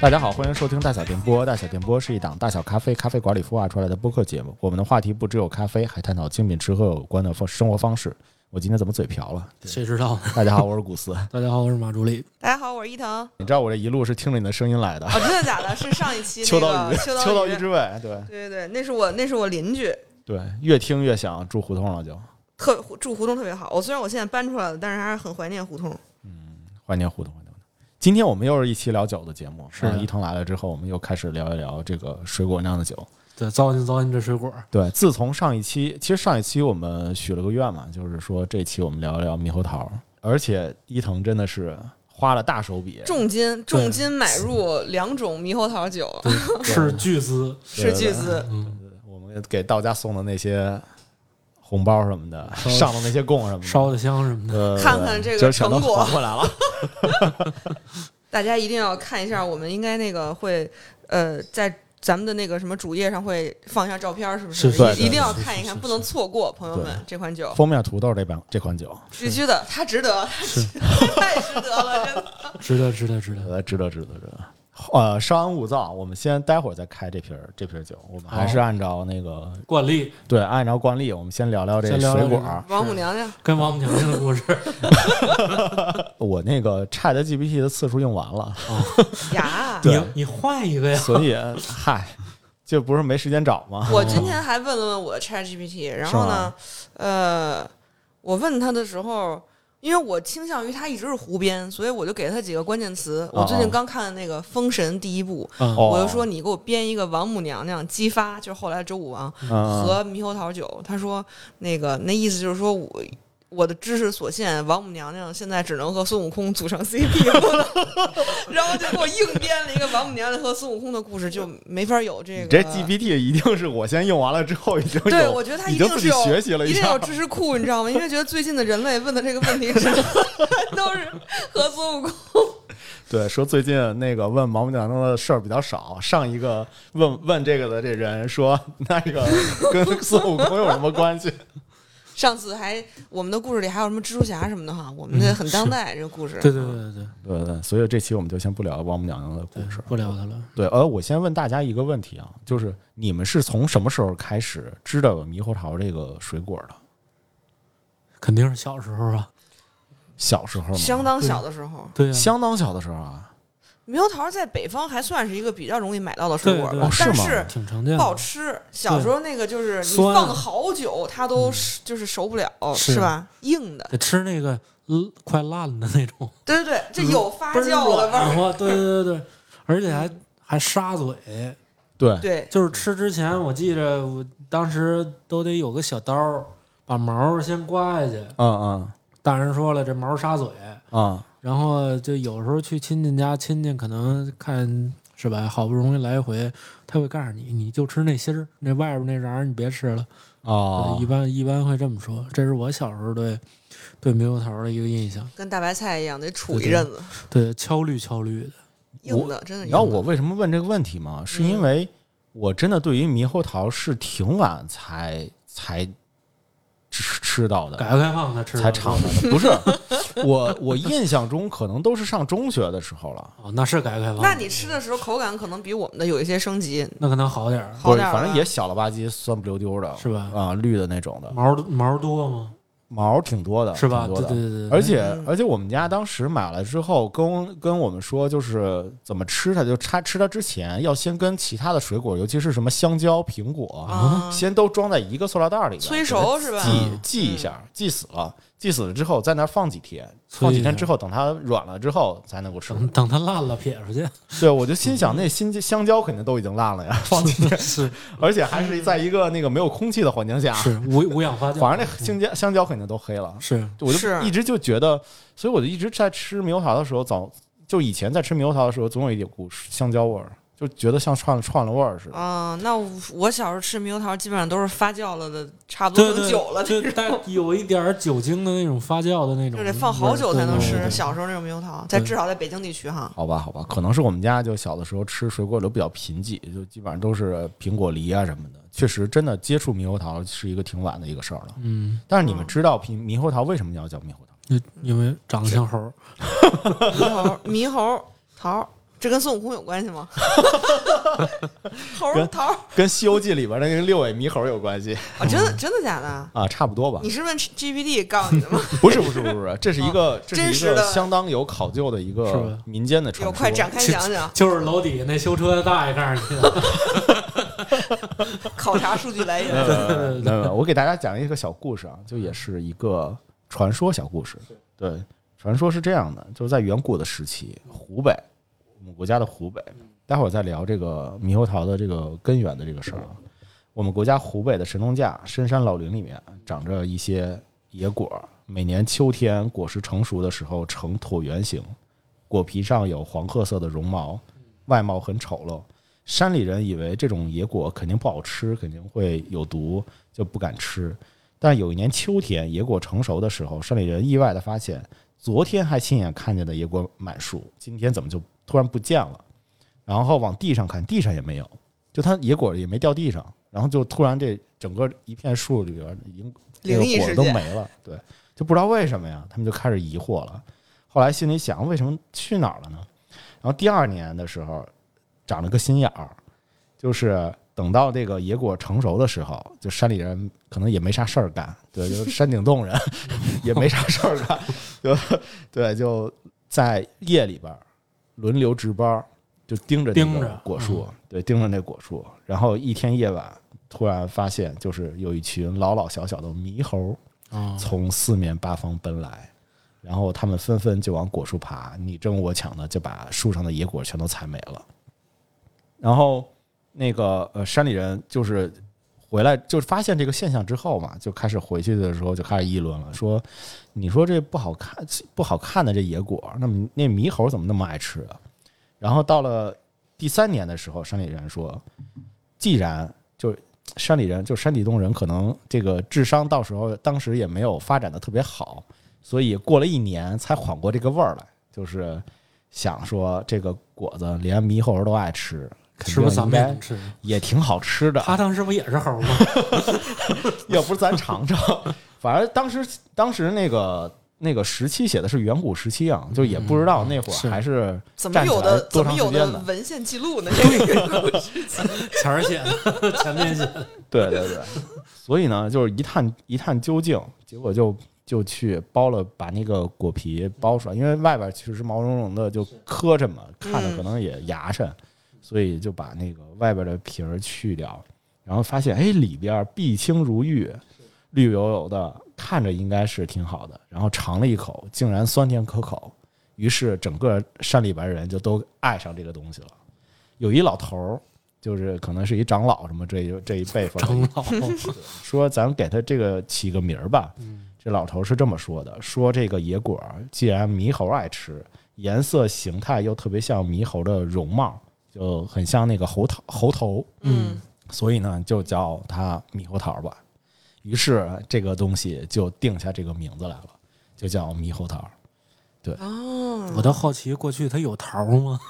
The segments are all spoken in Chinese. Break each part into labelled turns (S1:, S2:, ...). S1: 大家好，欢迎收听大小电波。大小电波是一档大小咖啡咖啡馆里孵化出来的播客节目。我们的话题不只有咖啡，还探讨精品吃喝有关的方生活方式。我今天怎么嘴瓢了？
S2: 谁知道呢？
S1: 大家好，我是古斯。
S2: 大家好，我是马助理。
S3: 大家好，我是伊藤。哦，
S1: 你知道我这一路是听着你的声音来的。
S3: 真的假的？是上一期
S1: 秋
S3: 那
S1: 刀
S3: 个
S1: 鱼，
S3: 秋
S1: 秋刀
S3: 鱼
S1: 鱼。之味，对
S3: 对对对，那是我那是我邻居，
S1: 对，越听越想住胡同了就，
S3: 特住胡同特别好。我虽然我现在搬出来了，但是还是很怀念胡同。
S1: 怀念胡同。怀念胡同今天我们又是一期聊酒的节目。
S2: 是的
S1: 啊伊藤来了之后，我们又开始聊一聊这个水果酿的酒。
S2: 对，糟践糟践这水果。
S1: 对，自从上一期，其实上一期我们许了个愿嘛，就是说这期我们聊一聊猕猴桃，而且伊藤真的是花了大手笔，
S3: 重金重金买入两种猕猴桃酒，
S2: 对，是巨资。
S3: 是
S1: 对
S3: 巨资。
S2: 嗯，
S1: 我们给道家送的那些红包什么的，
S2: 烧
S1: 上的那些供什么的，
S2: 嗯烧的香什么的。
S1: 呃，
S3: 看看这个
S1: 就是全都
S3: 成果
S1: 还回来了。
S3: 大家一定要看一下，我们应该那个会呃在咱们的那个什么主页上会放一下照片，是不
S2: 是对
S3: 一一定要
S2: 对
S3: 看一
S2: 是是
S3: 看，
S2: 是
S3: 不能错过，朋友们
S1: 对，
S3: 这款酒
S1: 封面土豆这版这款酒，
S3: 必须的，它值得，它
S2: 是
S3: 值 太值得了，真的。
S2: 值得，值得，值得。
S1: 呃，值得值得值得。呃，稍安勿躁，我们先待会儿再开这瓶儿这瓶儿酒，我们还是
S2: 好
S1: 按照那个
S2: 惯例
S1: 对，按照惯例，我们先聊聊这
S2: 先聊聊
S1: 水
S2: 这
S1: 果
S2: 个
S1: 儿。
S3: 王母娘娘，
S2: 跟王母娘娘的故事，
S1: 我那个 Chat GPT 的次数用完了，
S3: 呀，
S1: 对
S2: 你你换
S3: 哎
S2: 一个呀。
S1: 所以嗨，这不是没时间找 吗？
S3: 我今天还问了问我的 ChatGPT，然后呢，呃，我问他的时候，因为我倾向于他一直是湖边，所以我就给他几个关键词。我最
S1: 哦
S3: 近刚看的那个《封神》第一部，
S2: 嗯
S1: 哦
S3: 我就说你给我编一个王母娘娘姬发，就是后来周武王
S1: 嗯，
S3: 和猕猴桃酒。他说那个那意思就是说我。我的知识所限，王母娘娘现在只能和孙悟空组成 CP 了， 然后就给我硬编了一个王母娘娘和孙悟空的故事，就没法有
S1: 你
S3: 这个。
S1: 这 GPT 一定是我先用完了之后已经有，
S3: 对，我觉得他
S1: 已
S3: 一
S1: 经
S3: 定
S1: 自己
S3: 是有
S1: 学习了
S3: 一定
S1: 下
S3: 有。知识库，你知道吗？因为觉得最近的人类问的这个问题，真的 都是和孙悟空。
S1: 对，说最近那个问王母娘娘的事儿比较少，上一个问问这个的这人说那个跟孙悟空有什么关 系？
S3: 上次还我们的故事里还有什么蜘蛛侠什么的哈，我们这很当代这个故事。
S2: 对对对对对，
S1: 嗯对对，所以这期我们就先不聊王母娘娘的故事。
S2: 不聊他了。
S1: 对，呃，我先问大家一个问题啊，就是你们是从什么时候开始知道有猕猴桃这个水果的？
S2: 肯定是小时候啊。
S1: 小时候吗？
S3: 相当小的时候，
S2: 对呀。
S1: 相当小的时候啊，
S3: 猕猴桃在北方还算是一个比较容易买到的水果
S2: 对对
S3: 吧
S2: 哦，
S1: 是
S3: 但
S1: 吗
S3: 是
S2: 挺常见
S3: 不好
S2: 的。
S3: 吃。小时候那个就是你
S2: 酸嗯
S3: 放好久，它都是就是熟不了，
S2: 是
S3: 是吧？硬的，
S2: 得吃那个嗯快烂的那种，
S3: 对对对，这有发
S2: 倍儿
S3: 酵的味
S2: 软
S3: 儿。
S2: 和对对对对，而且还还沙嘴。
S1: 对，
S3: 对，
S2: 就是吃之前，我记着我当时都得有个小刀儿，把毛儿先刮下去。
S1: 嗯
S2: 大人说了，这毛儿杀嘴，
S1: 嗯嗯，
S2: 然后就有时候去亲戚家，亲戚可能看是吧，好不容易来一回，他会告诉你，你就吃那心儿，那外边那瓤儿你别吃了。
S1: 哦
S2: 一，般一般会这么说，这是我小时候对对猕猴桃的一个印象。
S3: 跟大白菜一样，得杵
S2: 对
S3: 一
S2: 对
S3: 阵子，
S2: 对，敲绿敲绿的，
S3: 硬的，真的
S1: 你知
S3: 硬的。
S1: 道我为什么问这个问题吗？
S2: 嗯
S1: 是因为我真的对于猕猴桃是挺晚才才吃吃到的，
S2: 改革开放才吃的
S1: 才尝到 的，不是我我印象中可能都是上中学的时候了。
S2: 哦，那是改革开放。
S3: 那你吃的时候口感可能比我们的有一些升级，
S2: 那可能好点儿，
S3: 好
S1: 不是，
S3: 点儿
S1: 反正
S3: 吧
S1: 也小了吧唧、酸不溜丢的，
S2: 是吧
S1: 啊，绿的那种的，
S2: 毛儿毛儿多吗？
S1: 毛挺多的，
S2: 是吧？
S1: 啊挺
S2: 对
S1: 多的
S2: 对对对，
S1: 而且
S3: 嗯
S1: 而且我们家当时买了之后，跟跟我们说就是怎么吃它，就它吃它之前要先跟其他的水果，尤其是什么香蕉、苹果，
S3: 啊
S1: 先都装在一个塑料袋里边，
S3: 催熟是吧？
S1: 记
S2: 嗯
S1: 记一下，记死了，记死了之后在那儿放几天，
S2: 催
S1: 放几
S2: 一
S1: 天
S2: 下
S1: 之后等它软了之后才能够吃。
S2: 等等它烂了撇出去，
S1: 对，我就心想那新香蕉肯定都已经烂了 呀，放几天，
S2: 是
S1: 而且还是在一个那个没有空气的环境下，
S2: 是无无氧发酵，
S1: 反正那香蕉香蕉肯定都黑了。
S2: 是
S1: 我就是一直就觉得，所以我就一直在吃猕猴桃的时候，早就以前在吃猕猴桃的时候，总有一股香蕉味儿，就觉得像串了串了味儿似的。
S3: 啊、那我我小时候吃猕猴桃基本上都是发酵了的，差不多
S2: 对
S3: 成
S2: 对
S3: 酒了，
S2: 就带有一点儿酒精的那种发酵的那种
S3: 就
S2: 味儿，
S3: 得放好久才能
S2: 对
S3: 吃
S2: 对。对
S3: 小时候那种猕猴桃，在
S2: 对
S3: 至少在北京地区哈，
S1: 好吧，好吧，可能是我们家就小的时候吃水果都比较贫瘠，就基本上都是苹果、梨啊什么的。确实，真的接触猕猴桃是一个挺晚的一个事儿了。
S2: 嗯，
S1: 但是你们知道猕猕猴桃为什么要叫猕猴桃？
S2: 因因为长得像猴儿，
S3: 猕猴猕猴桃这跟孙悟空有关系吗？猴儿
S1: 跟
S3: 桃儿
S1: 跟《西游记》里边那个六尾猕猴有关系
S3: 啊，真的真的假的？
S1: 啊，差不多 吧
S3: 你？是问 GPT 告诉你 的吗？
S1: 不是不是不是不是，这是一个这
S3: 真
S1: 是
S3: 实
S1: 一个
S3: 的
S1: 相当有考究的一
S2: 是
S1: 个
S2: 吧
S1: 民间的传
S3: 有
S1: 说。
S3: 快展开讲 讲，
S2: 就是楼底下那修车的大爷告诉你 的，
S3: 考察数据来源。
S1: 呃，没有没有我给大家讲一个小故事啊，就也是一个传说小故事。对，传说是这样的，就是在远古的时期，湖北，我们国家的湖北，待会儿再聊这个猕猴桃的这个根源的这个事儿啊。我们国家湖北的神农架深山老林里面长着一些野果儿，每年秋天果实成熟的时候呈椭圆形，果皮上有黄褐色的绒毛，外貌很丑陋。山里人以为这种野果肯定不好吃，肯定会有毒，就不敢吃。但有一年秋天，野果成熟的时候，山里人意外的发现，昨天还亲眼看见的野果满树，今天怎么就突然不见了？然后往地上看，地上也没有，就它野果也没掉地上，然后就突然这整个一片树里边已经那
S3: 灵异
S1: 个果
S3: 事
S1: 都
S3: 件
S1: 没了，对，就不知道为什么呀，他们就开始疑惑了。后来心里想，为什么去哪儿了呢？然后第二年的时候，长了个心眼儿，就是等到这个野果成熟的时候，就山里人可能也没啥事儿干，对，就是山顶洞人也没啥事儿干，就对，就在夜里边儿轮流值班儿，就盯着这
S2: 盯
S1: 个
S2: 着
S1: 果树，对，盯着那果树，然后一天夜晚。突然发现，就是有一群老老小小的猕猴
S2: 啊，
S1: 从四面八方奔来，然后他们纷纷就往果树爬，你争我抢的就把树上的野果全都采没了。然后那个呃山里人就是回来就是发现这个现象之后嘛，就开始回去的时候就开始议论了，说你说这不好看不好看的这野果，那么那猕猴怎么那么爱吃啊？然后到了第三年的时候，山里人说，既然就山里人就山底洞人可能这个智商到时候当时也没有发展的特别好，所以过了一年才缓过这个味儿来，就是想说这个果子连猕猴都爱吃，肯
S2: 是不是
S1: 定应
S2: 咱们也
S1: 该
S2: 能吃？
S1: 也挺好吃 的。
S2: 他当时不也是猴吗？
S1: 要不是咱尝尝，反正当时当时那个那个时期写的是远古时期啊，就也不知道那会
S2: 是
S1: 儿还是
S3: 怎么
S1: 站起
S3: 有
S1: 来
S3: 的
S1: 多
S3: 怎么
S1: 长
S3: 有
S1: 时间
S3: 的
S1: 的。
S3: 文献记 录呢？这个故事
S2: 前儿写的， 前面写的，
S1: 对对对，所以呢，就是一探一探究竟，结果就就去剥了，把那个果皮剥出来，因为外边其实毛茸茸的，就磕碜嘛，看着可能也牙碜，所以就把那个外边的皮儿去掉，然后发现哎里边儿碧青如玉，绿油油的，看着应该是挺好的，然后尝了一口，竟然酸甜可口，于是整个山里边人就都爱上这个东西了。有一老头儿，就是可能是一长老什么这一这一辈分的
S2: 长老
S1: 说咱给他这个起个名儿吧。这老头是这么说的：说这个野果儿既然猕猴爱吃，颜色形态又特别像猕猴的容貌，就很像那个猴头猴头，
S3: 嗯，
S1: 所以呢就叫它猕猴桃吧。于是这个东西就定下这个名字来了，就叫猕猴桃。
S2: 我倒好奇，过去他有桃吗？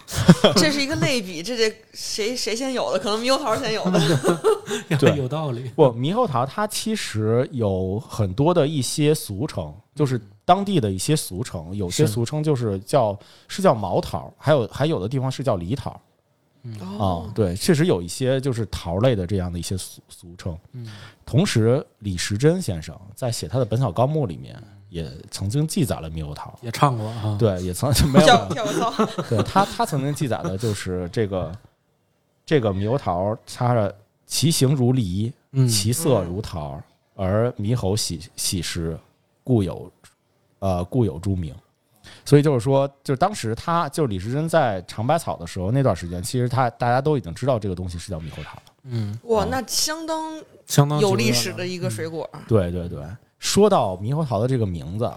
S3: 哦 这是一个类比，这得谁谁先有的？可能猕猴桃先有的。
S1: 对
S2: 有道理。
S1: 不，猕猴桃它其实有很多的一些俗称，就是当地的一些俗称，有些
S2: 嗯是
S1: 俗称就是叫是叫毛桃，还有还有的地方是叫梨桃啊、
S3: 哦，
S1: 对，确实有一些就是桃类的这样的一些俗俗称。
S2: 嗯，
S1: 同时，李时珍先生在写他的《本草纲目》里面也曾经记载了猕猴桃，
S2: 也唱过啊。，
S1: 对，也曾经 没有没有
S3: 跳跳个操，
S1: 对他，他曾经记载的就是这个这个猕猴桃，它的其形如梨，
S2: 嗯，
S1: 其色如桃，而猕猴喜喜食，故有呃故有诸名。所以就是说，就当时他就李时珍在尝百草的时候那段时间，其实他大家都已经知道这个东西是叫猕猴桃了。
S2: 嗯，
S3: 哇，那相当
S2: 相当
S3: 有
S2: 久
S3: 历
S2: 远
S3: 史
S2: 了
S3: 的一个水果。啊
S1: 对对对，说到猕猴桃的这个名字，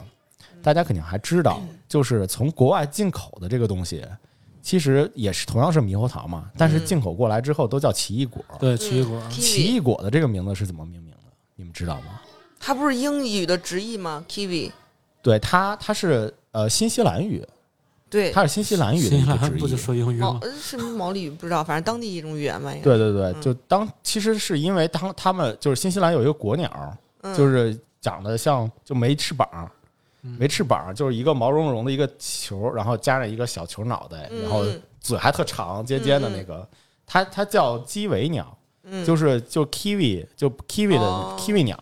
S1: 大家肯定还知道，就是从国外进口的这个东西，其实也是同样是猕猴桃嘛，但是
S3: 嗯
S1: 进口过来之后都叫奇异果。
S2: 对奇异果，
S1: 嗯奇
S3: kiwi，
S1: 异果的这个名字是怎么命名的？你们知道吗？
S3: 它不是英语的直译吗？kiwi，
S1: 对，它它是呃新西兰语，
S3: 对，
S1: 它是新西兰语的
S2: 新
S1: 一
S2: 西
S1: 个
S2: 兰
S1: 直
S2: 不就
S1: 译。
S2: 说英语
S3: 毛
S2: 吗？
S3: 呃是毛利语不知道，反正当地一种语言吧，应该。
S1: 对对对，就当其实是因为当他们就是新西兰有一个国鸟，
S3: 嗯
S1: 就是长得像就没翅膀，
S2: 嗯
S1: 没翅膀，就是一个毛茸茸的一个球，然后加上一个小球脑袋，
S3: 嗯
S1: 然后
S3: 嗯
S1: 嘴还特长尖尖的那个，它它叫鸡尾鸟，
S3: 嗯，
S1: 就是就 kiwi 就 kiwi 的
S3: 哦
S1: kiwi 鸟，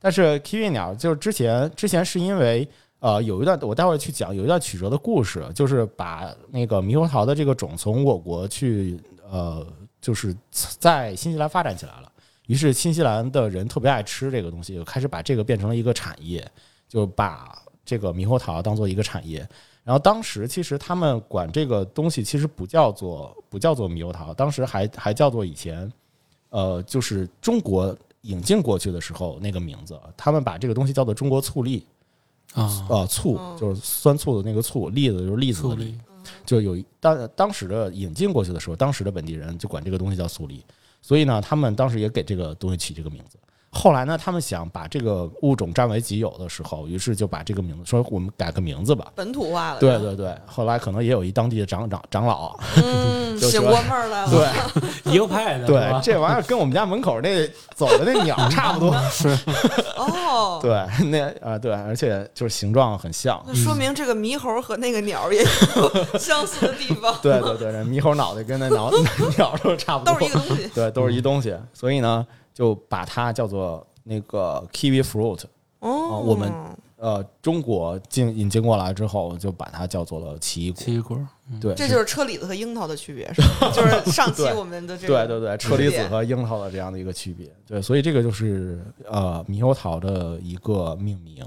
S1: 但是 kiwi 鸟就是之前之前是因为呃有一段我待会儿去讲有一段曲折的故事，就是把那个猕猴桃的这个种从我国去呃就是在新西兰发展起来了，于是新西兰的人特别爱吃这个东西，就开始把这个变成了一个产业，就把这个猕猴桃当做一个产业。然后当时其实他们管这个东西其实不叫做不叫做猕猴桃，当时还还叫做以前呃，就是中国引进过去的时候那个名字，他们把这个东西叫做中国醋栗，
S2: 啊，
S1: 呃，醋
S3: 哦
S1: 就是酸醋的那个醋，栗子就是栗子
S2: 醋
S1: 的栗，
S2: 栗，
S1: 就有一当当时的引进过去的时候，当时的本地人就管这个东西叫醋栗，所以呢，他们当时也给这个东西起这个名字。后来呢，他们想把这个物种占为己有的时候，于是就把这个名字说我们改个名字吧。
S3: 本土化了。
S1: 对，对对，后来可能也有一当地的长 长长老，啊
S3: 嗯，
S1: 就是
S3: 醒过味儿来了。
S1: 对
S2: 一个派的，
S1: 对，这玩意儿跟我们家门口那走的那鸟差 不多。
S3: 哦，
S1: 对，那啊、对，而且就是形状很像。
S3: 那说明这个猕猴和那个鸟也有 相似的地 方，
S1: 对对对，那猕猴脑袋 跟那鸟鸟都差不
S3: 都是
S1: 多
S3: 一，个东西。
S1: 对，都是一东西。所以呢，就把它叫做那个 kiwi fruit。
S3: 哦，
S1: 我们呃，中国进引进过来之后，就把它叫做了奇异果。
S2: 奇异果，嗯
S1: 对，
S3: 这
S1: 是
S3: 就是车厘子和樱桃的区别，是 吧？就是上期
S1: 对
S3: 我们的这
S1: 对
S3: 个，
S1: 对对，
S3: 区
S1: 车厘子
S3: 别
S1: 和樱桃的这样的一个区别。对，所以这个就是呃猕猴桃的一个命名。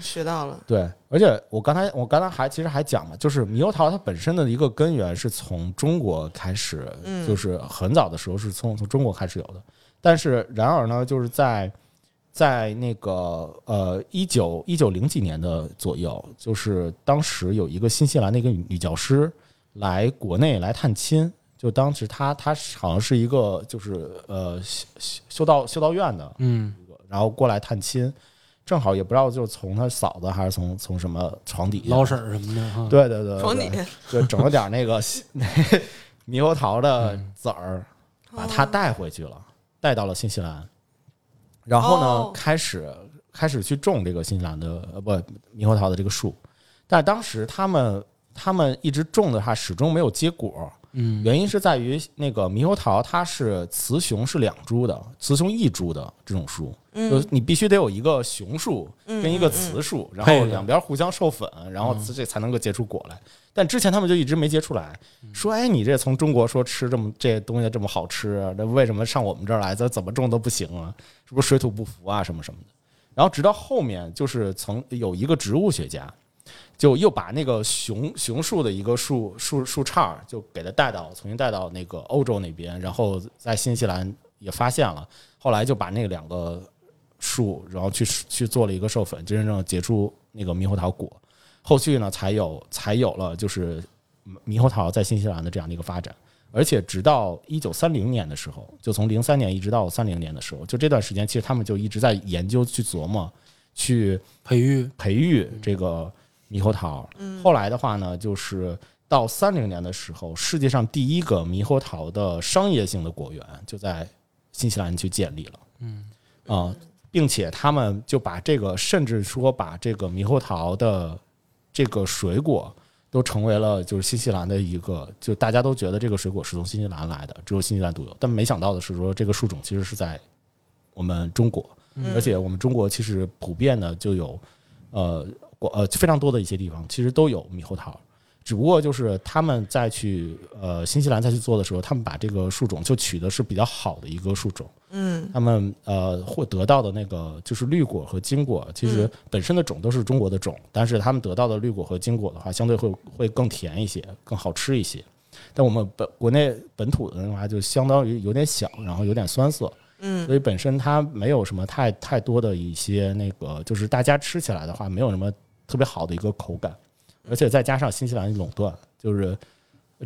S3: 学到了。
S1: 对，而且我刚才我刚才还其实还讲了，就是猕猴桃它本身的一个根源是从中国开始，
S3: 嗯
S1: 就是很早的时候是从从中国开始有的。但是然而呢，就是在在那个呃一九一九零几年的左右，就是当时有一个新西兰的一个女女教师来国内来探亲，就当时她她好像是一个就是呃修修修道修道院的，
S2: 嗯，
S1: 然后过来探亲，正好也不知道就是从他嫂子还是从从什么床底下
S2: 捞，婶儿什么的哈，
S1: 对对对对，
S3: 床底
S1: 对，就整了点那个那猕猴桃的籽儿，
S3: 哦
S1: 把它带回去了，带到了新西兰，然后呢，
S3: 哦
S1: 开始开始去种这个新西兰的呃不猕猴桃的这个树，但当时他们他们一直种的话始终没有结果，
S2: 嗯，
S1: 原因是在于那个猕猴桃，它是雌雄是两株的，雌雄异株的这种树，
S3: 嗯
S1: 就是你必须得有一个雄树
S3: 嗯
S1: 跟一个雌树，然
S2: 配
S1: 后
S2: 着
S1: 两边互相授粉，然后这才能够结出果来。但之前他们就一直没结出来，
S3: 嗯
S1: 说哎，你这从中国说吃这么这东西这么好吃，那为什么上我们这儿来，咱怎么种都不行啊？是不是水土不服啊，什么什么的？然后直到后面，就是曾有一个植物学家，就又把那个熊熊树的一个树树树杈儿，就给它带到重新带到那个欧洲那边，然后在新西兰也发现了，后来就把那两个树，然后去去做了一个授粉，真正结出那个猕猴桃果。后续呢，才有才有了就是猕猴桃在新西兰的这样的一个发展。而且直到一九三零年的时候，就从零三年一直到三零年的时候，就这段时间，其实他们就一直在研究、去琢磨、去
S2: 培育，
S1: 培育这个猕猴桃。后来的话呢，就是到三零年的时候，世界上第一个猕猴桃的商业性的果园就在新西兰去建立了。嗯，啊、并且他们就把这个，甚至说把这个猕猴桃的这个水果。都成为了就是新西兰的一个，就大家都觉得这个水果是从新西兰来的，只有新西兰独有。但没想到的是说，这个树种其实是在我们中国，
S3: 嗯
S1: 而且我们中国其实普遍的就有呃广呃非常多的一些地方，其实都有猕猴桃，只不过就是他们再去呃新西兰再去做的时候，他们把这个树种就取的是比较好的一个树种，
S3: 嗯
S1: 他们呃获得到的那个就是绿果和金果，其实本身的种都是中国的种，但是他们得到的绿果和金果的话，相对会会更甜一些，更好吃一些。但我们本国内本土的话，就相当于有点小，然后有点酸涩，
S3: 嗯
S1: 所以本身它没有什么太太多的一些那个，就是大家吃起来的话，没有什么特别好的一个口感，而且再加上新西兰垄断，啊就是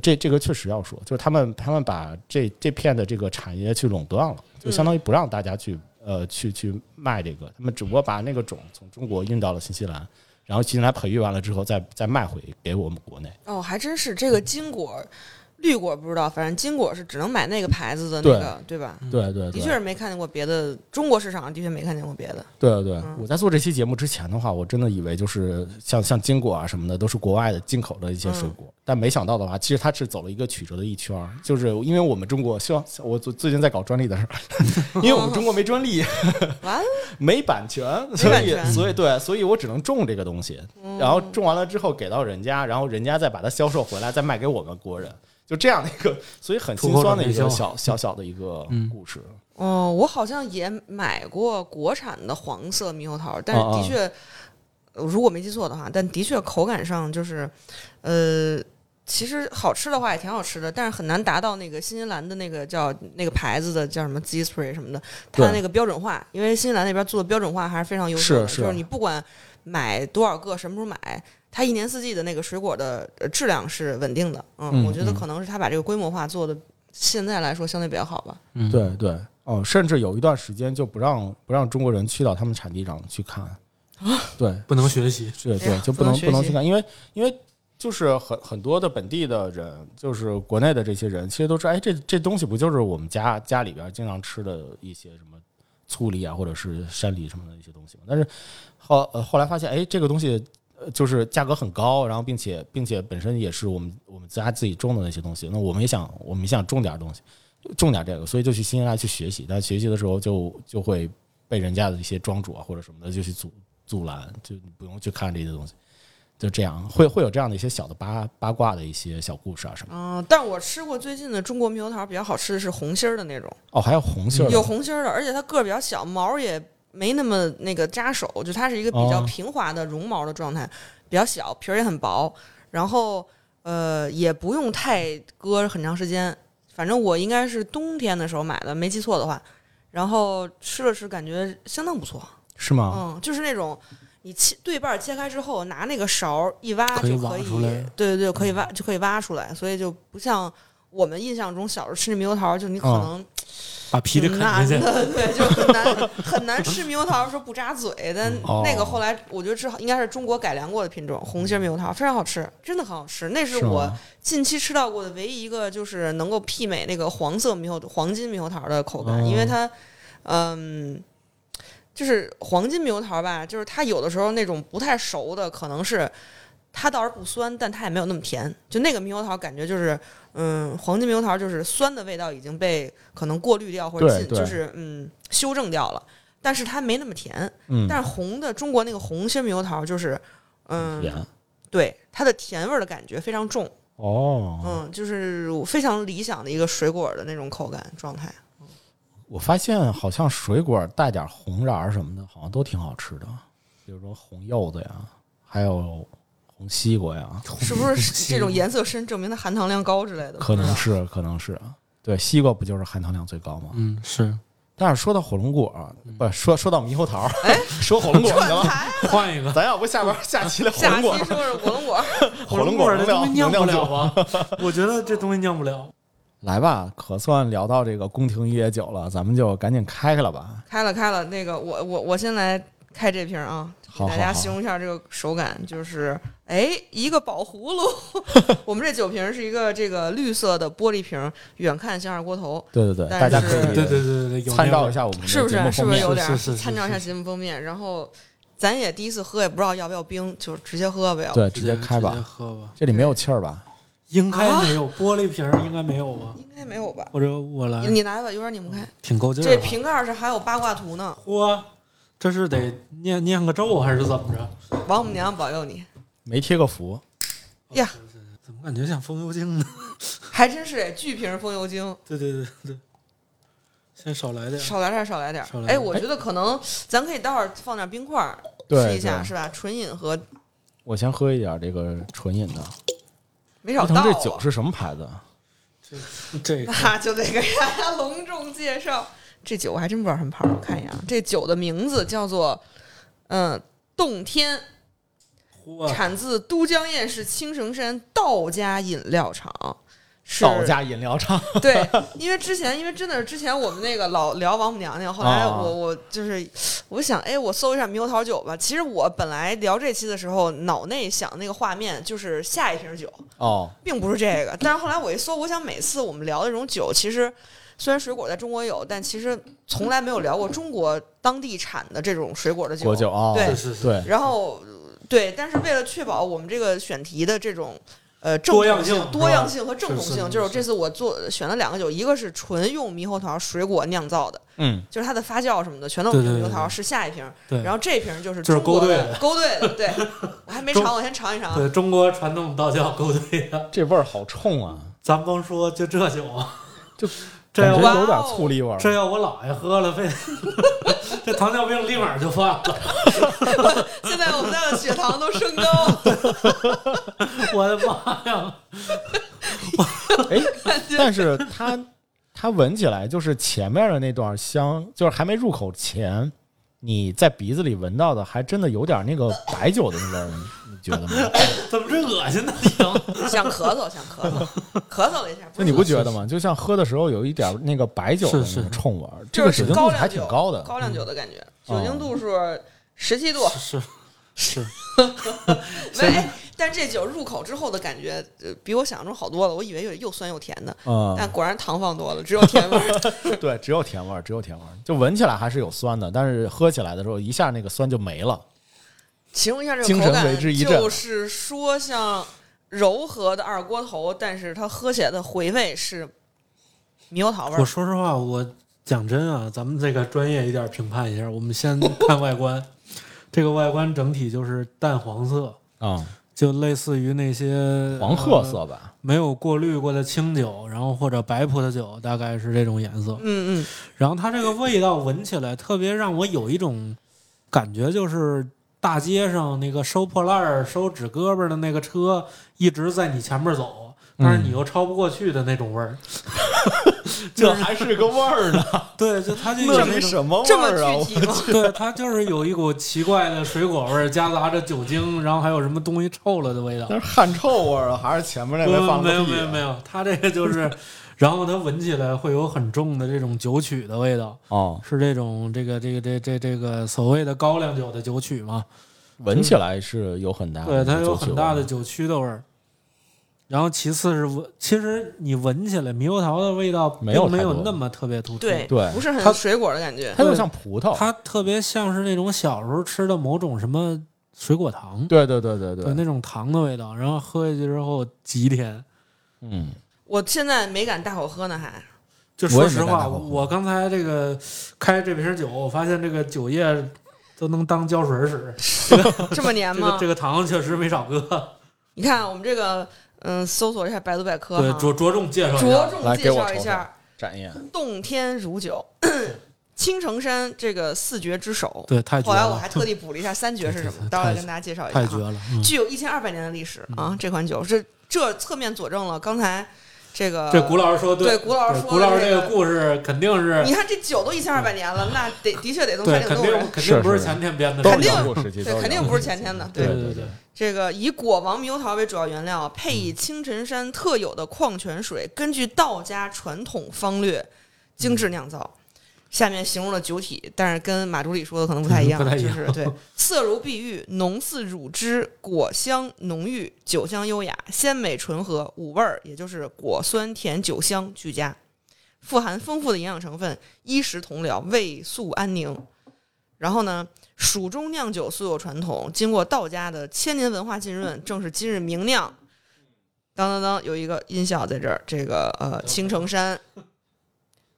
S1: 这这个确实要说，就是他们他们把这这片的这个产业去垄断了，就相当于不让大家去呃去去卖这个，他们只不过把那个种从中国运到了新西兰，然后新西兰培育完了之后再再卖回给我们国内。
S3: 哦，还真是这个金果。绿果不知道，反正金果是只能买那个牌子的那个，对吧？
S1: 对对
S3: 嗯的
S1: 对
S3: 确，是没看见过别的，中国市场的确没看见过别 的。
S1: 对对
S3: 嗯，
S1: 我在做这期节目之前的话，我真的以为就是像像金果啊什么的都是国外的进口的一
S3: 嗯
S1: 些水果，但没想到的话，其实它是走了一个曲折的一圈儿，就是因为我们中国希望我最最近在搞专利的事儿， 因为我们中国没专利，
S3: 完了，
S1: 没版权，
S3: 哦没
S1: 所
S3: 版
S1: 以
S3: 权嗯
S1: 所以对，所以我只能种这个东西，然后种完了之后给到人家，然后人家再把它销售回来，再卖给我们国人，就这样的一个，所以很心酸的一
S2: 出
S1: 个
S2: 口转内销
S1: 小小小的一个
S2: 嗯
S1: 故事。
S3: 哦，我好像也买过国产的黄色猕猴桃，但是
S1: 啊啊
S3: 的确，呃如果没记错的话，但的确口感上就是，呃，其实好吃的话也挺好吃的，但是很难达到那个新西兰的那个叫那个牌子的叫什么 Z Spray 什么的，它
S1: 对
S3: 那个标准化，因为新西兰那边做的标准化还是非常优秀的，
S1: 是是
S3: 就是你不管买多少个，什么时候买。它一年四季的那个水果的呃质量是稳定的，嗯，
S1: 嗯
S3: 我觉得
S1: 嗯
S3: 可能是它把这个规模化做的，现在来说相对比较好吧。
S2: 嗯，
S1: 对对，哦，甚至有一段时间就不让不让中国人去到他们产地上去看，对，
S2: 不能学习，
S1: 是
S3: 哦哎
S1: 对，
S3: 呀
S1: 就
S3: 不
S1: 不
S3: 能
S1: 能
S3: 学
S1: 不能
S3: 习
S1: 去看，因为因为就是很很多的本地的人，就是国内的这些人，其实都说，哎，这这东西不就是我们家家里边经常吃的一些什么醋栗啊，或者是山梨什么的一些东西嘛。但是后呃后来发现，哎，这个东西。呃就是价格很高，然后并且并且本身也是我们我们家自己种的那些东西，那我们也想我们也想种点东西，种点这个，所以就去新西兰去学习，但学习的时候就就会被人家的一些庄主啊或者什么的就去阻阻拦，就你不用去看这些东西，就这样会会有这样的一些小的八八卦的一些小故事啊什么的。
S3: 嗯，但我吃过最近的中国猕猴桃比较好吃的是红心儿的那种，
S1: 哦，还有红杏儿的
S3: 嗯有红心儿的，而且它个儿比较小，毛儿也没那么那个扎手，就它是一个比较
S1: 哦
S3: 平滑的绒毛的状态，比较小，皮儿也很薄，然后呃也不用太搁很长时间，反正我应该是冬天的时候买的，没记错的话，然后吃了吃感觉相当不错，
S1: 是吗？
S2: 啊
S3: 嗯，就是那种你切对半儿切开之后，拿那个勺儿一挖
S2: 可以
S3: 就
S2: 挖
S3: 可以，
S2: 出来嗯
S3: 对对对，可以挖就可以挖出来，所以就不像我们印象中小时候吃那猕猴桃，就你可
S1: 嗯
S3: 能
S2: 把皮
S3: 挺
S2: 啊得啃下
S3: 难
S2: 去。
S3: 的，对，就很难很难吃猕猴桃说不扎嘴，但
S2: 嗯
S1: 哦
S3: 那个后来我觉得至少应该是中国改良过的品种，红心猕猴桃非常好吃，真的很好吃，那是
S1: 是吗
S3: 我近期吃到过的唯一一个就是能够媲美那个黄色猕猴黄金猕猴桃的口感，
S1: 哦
S3: 因为它，嗯，就是黄金猕猴桃吧，就是它有的时候那种不太熟的，可能是它倒是不酸，但它也没有那么甜。就那个猕猴桃感觉就是，嗯，黄金猕猴桃就是酸的味道已经被可能过滤掉或者
S1: 对
S3: 进，
S1: 对
S3: 就是嗯修正掉了，但是它没那么甜。
S1: 嗯，
S3: 但是红的中国那个红心猕猴桃就是，嗯，
S1: 甜
S3: 对它的甜味儿的感觉非常重。
S1: 哦。
S3: 嗯，就是非常理想的一个水果的那种口感状态。
S1: 我发现好像水果带点红瓤儿什么的，好像都挺好吃的，比如说红柚子呀，还有红西瓜呀，
S3: 是不是这种颜色深证明它含糖量高之类的？
S1: 可能是可能是啊。对，西瓜不就是含糖量最高吗？
S2: 嗯，是
S1: 但是说到火龙果，不说说到猕猴桃，说火龙果行
S3: 串
S1: 吗？
S3: 台，
S2: 换一个。
S1: 咱要不下边下期聊 火
S3: 下
S1: 龙
S3: 期
S1: 果吧，
S3: 说是火龙 果，
S1: 火龙果
S2: 这
S1: 能
S2: 东
S1: 聊
S2: 西酿不
S1: 能
S2: 了
S1: 聊
S2: 吧？ 我觉得这东西酿不了。
S1: 来吧，可算聊到这个宫廷野酒了，咱们就赶紧开开了吧。
S3: 开了开了。那个我我我先来开这瓶啊，给
S1: 好
S3: 大家
S1: 好好
S3: 形容一下这个手感，就是哎一个宝葫芦。 我们这酒瓶是一个这个绿色的玻璃瓶，远看像是锅头。
S1: 对对对，
S3: 但
S1: 大家可
S3: 是
S1: 以
S2: 对对对对对，
S1: 参照一
S2: 下。
S1: 下我们的
S3: 是不
S1: 节目
S3: 是？是
S1: 封
S3: 不
S1: 面
S3: 是有点
S2: 是是是是
S3: 参照一下节目封面？然后咱也第一次喝，也不知道要不要冰，就直接喝呗。
S1: 对，直接开
S2: 直接
S1: 吧。
S2: 喝吧。
S1: 这里没有气儿吧？
S2: 应该没有玻璃瓶儿，应该没有吧？
S3: 应该没有吧？
S2: 或者我来，
S3: 你拿吧，有点拧不开。
S2: 挺够劲儿
S3: 这
S2: 的。
S3: 瓶盖上还有八卦图呢，
S2: 嚯，这是得念念个咒还是怎么着？
S3: 王母娘保佑你。
S1: 没贴个符，
S3: 呀，
S2: 怎么感觉像风油精呢？
S3: 还真是哎，巨瓶风油精，
S2: 对对对对，先少来点儿。
S3: 少来点儿，少来点儿
S2: 少来。点
S3: 哎，
S2: 儿
S3: 我觉得可能咱可以待会儿放点冰块儿试
S1: 对
S3: 一下，
S1: 对
S3: 是吧？纯饮和
S1: 我先喝一点这个纯饮的。
S3: 没
S1: 不
S3: 少
S1: 成
S3: 倒，啊
S1: 这。酒 是什么牌子？啊
S2: 这个
S3: 那就得给大家隆重介绍这酒，我还真不知道什么牌儿，我看一眼啊。这酒的名字叫做嗯、洞天，
S2: 嚯，啊
S3: 产自都江堰市青城山道家饮料厂。是
S2: 道家饮料厂，
S3: 对，因为之前，因为真的是之前我们那个老聊王母娘娘，后来我、
S2: 啊
S3: 我就是我想，哎，我搜一下猕猴桃酒吧。其实我本来聊这期的时候，脑内想那个画面就是下一瓶酒，
S1: 哦，
S3: 并不是这个。但是后来我一搜，我想每次我们聊的这种酒，其实虽然水果在中国有，但其实从来没有聊过中国当地产的这种水果的酒。
S1: 国酒哦，
S3: 对
S2: 是是，
S1: 对，
S3: 然后对，但是为了确保我们这个选题的这种呃正
S2: 多样
S3: 统
S2: 性是吧
S3: 多样性和正统
S2: 是是
S3: 性，
S2: 是
S3: 就是
S2: 是
S3: 这次我做选了两个酒，一个是纯用猕猴桃水果酿造的，
S1: 嗯，
S3: 就是它的发酵什么的全都是
S2: 对对
S3: 猕猴
S2: 对
S3: 桃，
S2: 对
S3: 是下一瓶。
S2: 对，
S3: 然后这瓶就是
S2: 就是
S3: 中国
S2: 勾兑
S3: 的，勾兑的，对 我还没
S2: 中
S3: 尝，我先尝一尝啊。
S2: 对中国传统道教勾兑的，
S1: 这味儿好冲啊，咱
S2: 咱甭说就这酒啊，
S1: 就
S2: 这要
S1: 感
S3: 我
S1: 觉有点
S3: 哇哦
S1: 醋栗味儿，
S2: 这要我姥爷喝了，非 这糖尿病立马就犯了。
S3: 现在我们家的血糖都 升高，
S2: 我的妈呀！
S1: 哎，
S3: 感觉
S1: 但是它哎它闻起来就是前面的那段香，就是还没入口前，你在鼻子里闻到的，还真的有点那个白酒的那味儿，你觉得 吗？
S2: 怎么这恶 心的听？
S3: 想咳嗽，想咳嗽，咳嗽了一下。
S1: 就你不觉得吗？就像喝的时候有一点那个白酒的
S2: 是
S1: 那
S2: 是
S1: 个冲味儿，这
S3: 就
S1: 个
S3: 是
S1: 酒精
S3: 高
S1: 度数
S3: 粱
S1: 还挺
S3: 酒
S1: 高的，
S3: 高粱酒的感觉，酒
S1: 嗯
S3: 精度数十七度，
S2: 是是，
S3: 没，哎但是这酒入口之后的感觉，呃，比我想象中好多了。我以为有又酸又甜的，
S1: 嗯，
S3: 但果然糖放多了，只有甜味儿。
S1: 对，只有甜味儿，只有甜味儿，就闻起来还是有酸的，但是喝起来的时候一下那个酸就没了。
S3: 形容一下这个
S1: 精
S3: 口
S1: 神
S3: 感，
S1: 为之一振啊
S3: 就是说像柔和的二锅头，但是它喝起来的回味是猕猴桃味
S2: 我
S3: 儿。
S2: 说实话，我讲真啊，咱们这个专业一点评判一下，我们先看外观，这个外观整体就是淡黄色，
S1: 啊、
S2: 就类似于那些
S1: 黄褐
S2: 呃
S1: 色吧，
S2: 没有过滤过的清酒，然后或者白葡萄酒，大概是这种颜色。
S3: 嗯嗯，
S2: 然后它这个味道闻起来特别让我有一种感觉，就是大街上那个收破烂儿、收纸胳膊的那个车一直在你前面走，但是你又超不过去的那种味儿。
S1: 这嗯还是个味儿呢，
S2: 对，就它就有
S1: 那
S2: 那
S1: 是
S2: 种，
S1: 什么味
S3: 这么
S1: 儿啊？我
S3: 具体吗？
S2: 对，它就是有一股奇怪的水果味儿，夹杂着酒精，然后还有什么东西臭了的味道。
S1: 那是汗臭味儿啊，还是前面那
S2: 没
S1: 位
S2: 有
S1: 放的
S2: 嗯没
S1: 屁、啊
S2: 有没有没有，它这个就是， 然后它闻起来会有很重的这种酒曲的味道，
S1: 哦，
S2: 是这种这个这个这这这个所谓的高粱酒的酒曲嘛？
S1: 闻起来是有很大
S2: 对，
S1: 的，
S2: 它有很大的，酒曲的味儿。然后其次是闻，其实你闻起来猕猴桃的味道并
S1: 没有
S2: 没
S1: 太
S2: 有
S1: 多
S2: 那么特别突出，
S3: 对，
S1: 对
S3: 不是
S1: 它
S3: 很水果的感觉。
S1: 它就像葡萄，
S2: 它特别像是那种小时候吃的某种什么水果糖，
S1: 对对对对对，
S2: 那种糖的味道，然后喝下去之后极甜。
S1: 嗯，
S3: 我现在没敢大口喝呢， 还
S2: 就
S1: 我
S2: 说
S1: 也没
S2: 实
S1: 敢
S2: 话，
S1: 大口喝
S2: 我刚才这个开这瓶酒，我发现这个酒液都能当胶水使，
S3: 这么黏
S2: 这个
S3: 吗
S2: 这？个糖确实没少搁。
S3: 你看我们这个，嗯，搜索一下百度百科
S2: 对，
S3: 哈，
S2: 着着重介绍一
S3: 着
S2: 下，
S3: 重
S1: 来
S3: 介
S1: 给我
S3: 绍一
S1: 瞅瞅
S3: 下。
S1: 展燕，
S3: 洞天 如酒，青城山这个四绝之首。
S2: 对，太绝
S3: 后来我
S2: 了
S3: 还，特地补了一下三绝是什么，待会儿跟大家介绍一下
S2: 太绝
S3: 啊。
S2: 了。嗯
S3: 具有一千二百年的历史啊，这款酒是这侧面佐证了刚才这个
S2: 嗯这古老师说
S3: 对古老师
S2: 对
S3: 说
S2: 古老
S3: 的
S2: 师这
S3: 这
S2: 个故事肯定是
S3: 你看这酒都一千二百年了，那得的确得从
S2: 对，
S3: 山顶
S2: 肯
S3: 洞
S2: 定
S3: 人，
S2: 肯
S1: 是
S2: 定不是
S1: 是
S2: 前天编的，
S1: 都
S3: 肯
S1: 是
S3: 定
S1: 远古时期，
S3: 对，
S1: 都
S3: 肯定
S1: 远古
S3: 不是前天的。
S1: 对
S3: 对，
S2: 对对
S3: 这个以果王猕猴桃为主要原料，配以青城山特有的矿泉水，根据道家传统方略精致酿造。下面形容了酒体，但是跟马助理说的可能不太一样，啊
S2: 不太一
S3: 就
S2: 样
S3: 是对色如碧玉，浓似乳汁，果香浓郁，酒香优雅，鲜美醇和，五味儿也就是果酸甜酒香俱佳，富含丰富的营养成分，衣食同疗，胃素安宁。然后呢，蜀中酿酒素有传统，经过道家的千年文化浸润， 正是今日名酿。当当当，有一个音效在这儿，这个呃，青城山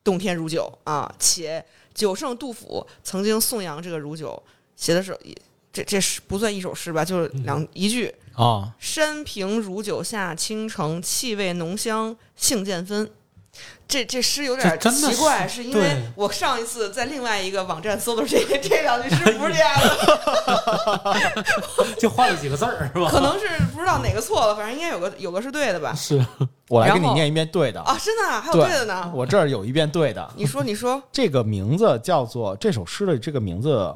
S3: 洞天如酒啊，且酒圣杜甫曾经颂扬这个如酒，写的是这这是不算一首诗吧，就是
S2: 嗯
S3: 两一句
S1: 啊，
S3: 山平如酒下，青城气味浓香性渐分。这这诗有点
S2: 这真的
S3: 奇
S2: 是
S3: 怪，是因为
S2: 对
S3: 我上一次在另外一个网站搜的是这这两句 诗不是这样的，
S2: 就换了几个字 儿是吧？
S3: 可能是不知道哪个错了，反正应该有个有个是对的 吧？
S2: 是
S1: 我来给
S3: 然
S1: 你
S3: 后
S1: 念一遍对的，
S3: 啊，真的啊还有
S1: 对
S3: 对的呢？
S1: 我这儿有一遍对的，
S3: 你说 你说，
S1: 这个名字叫做这首诗的这个名字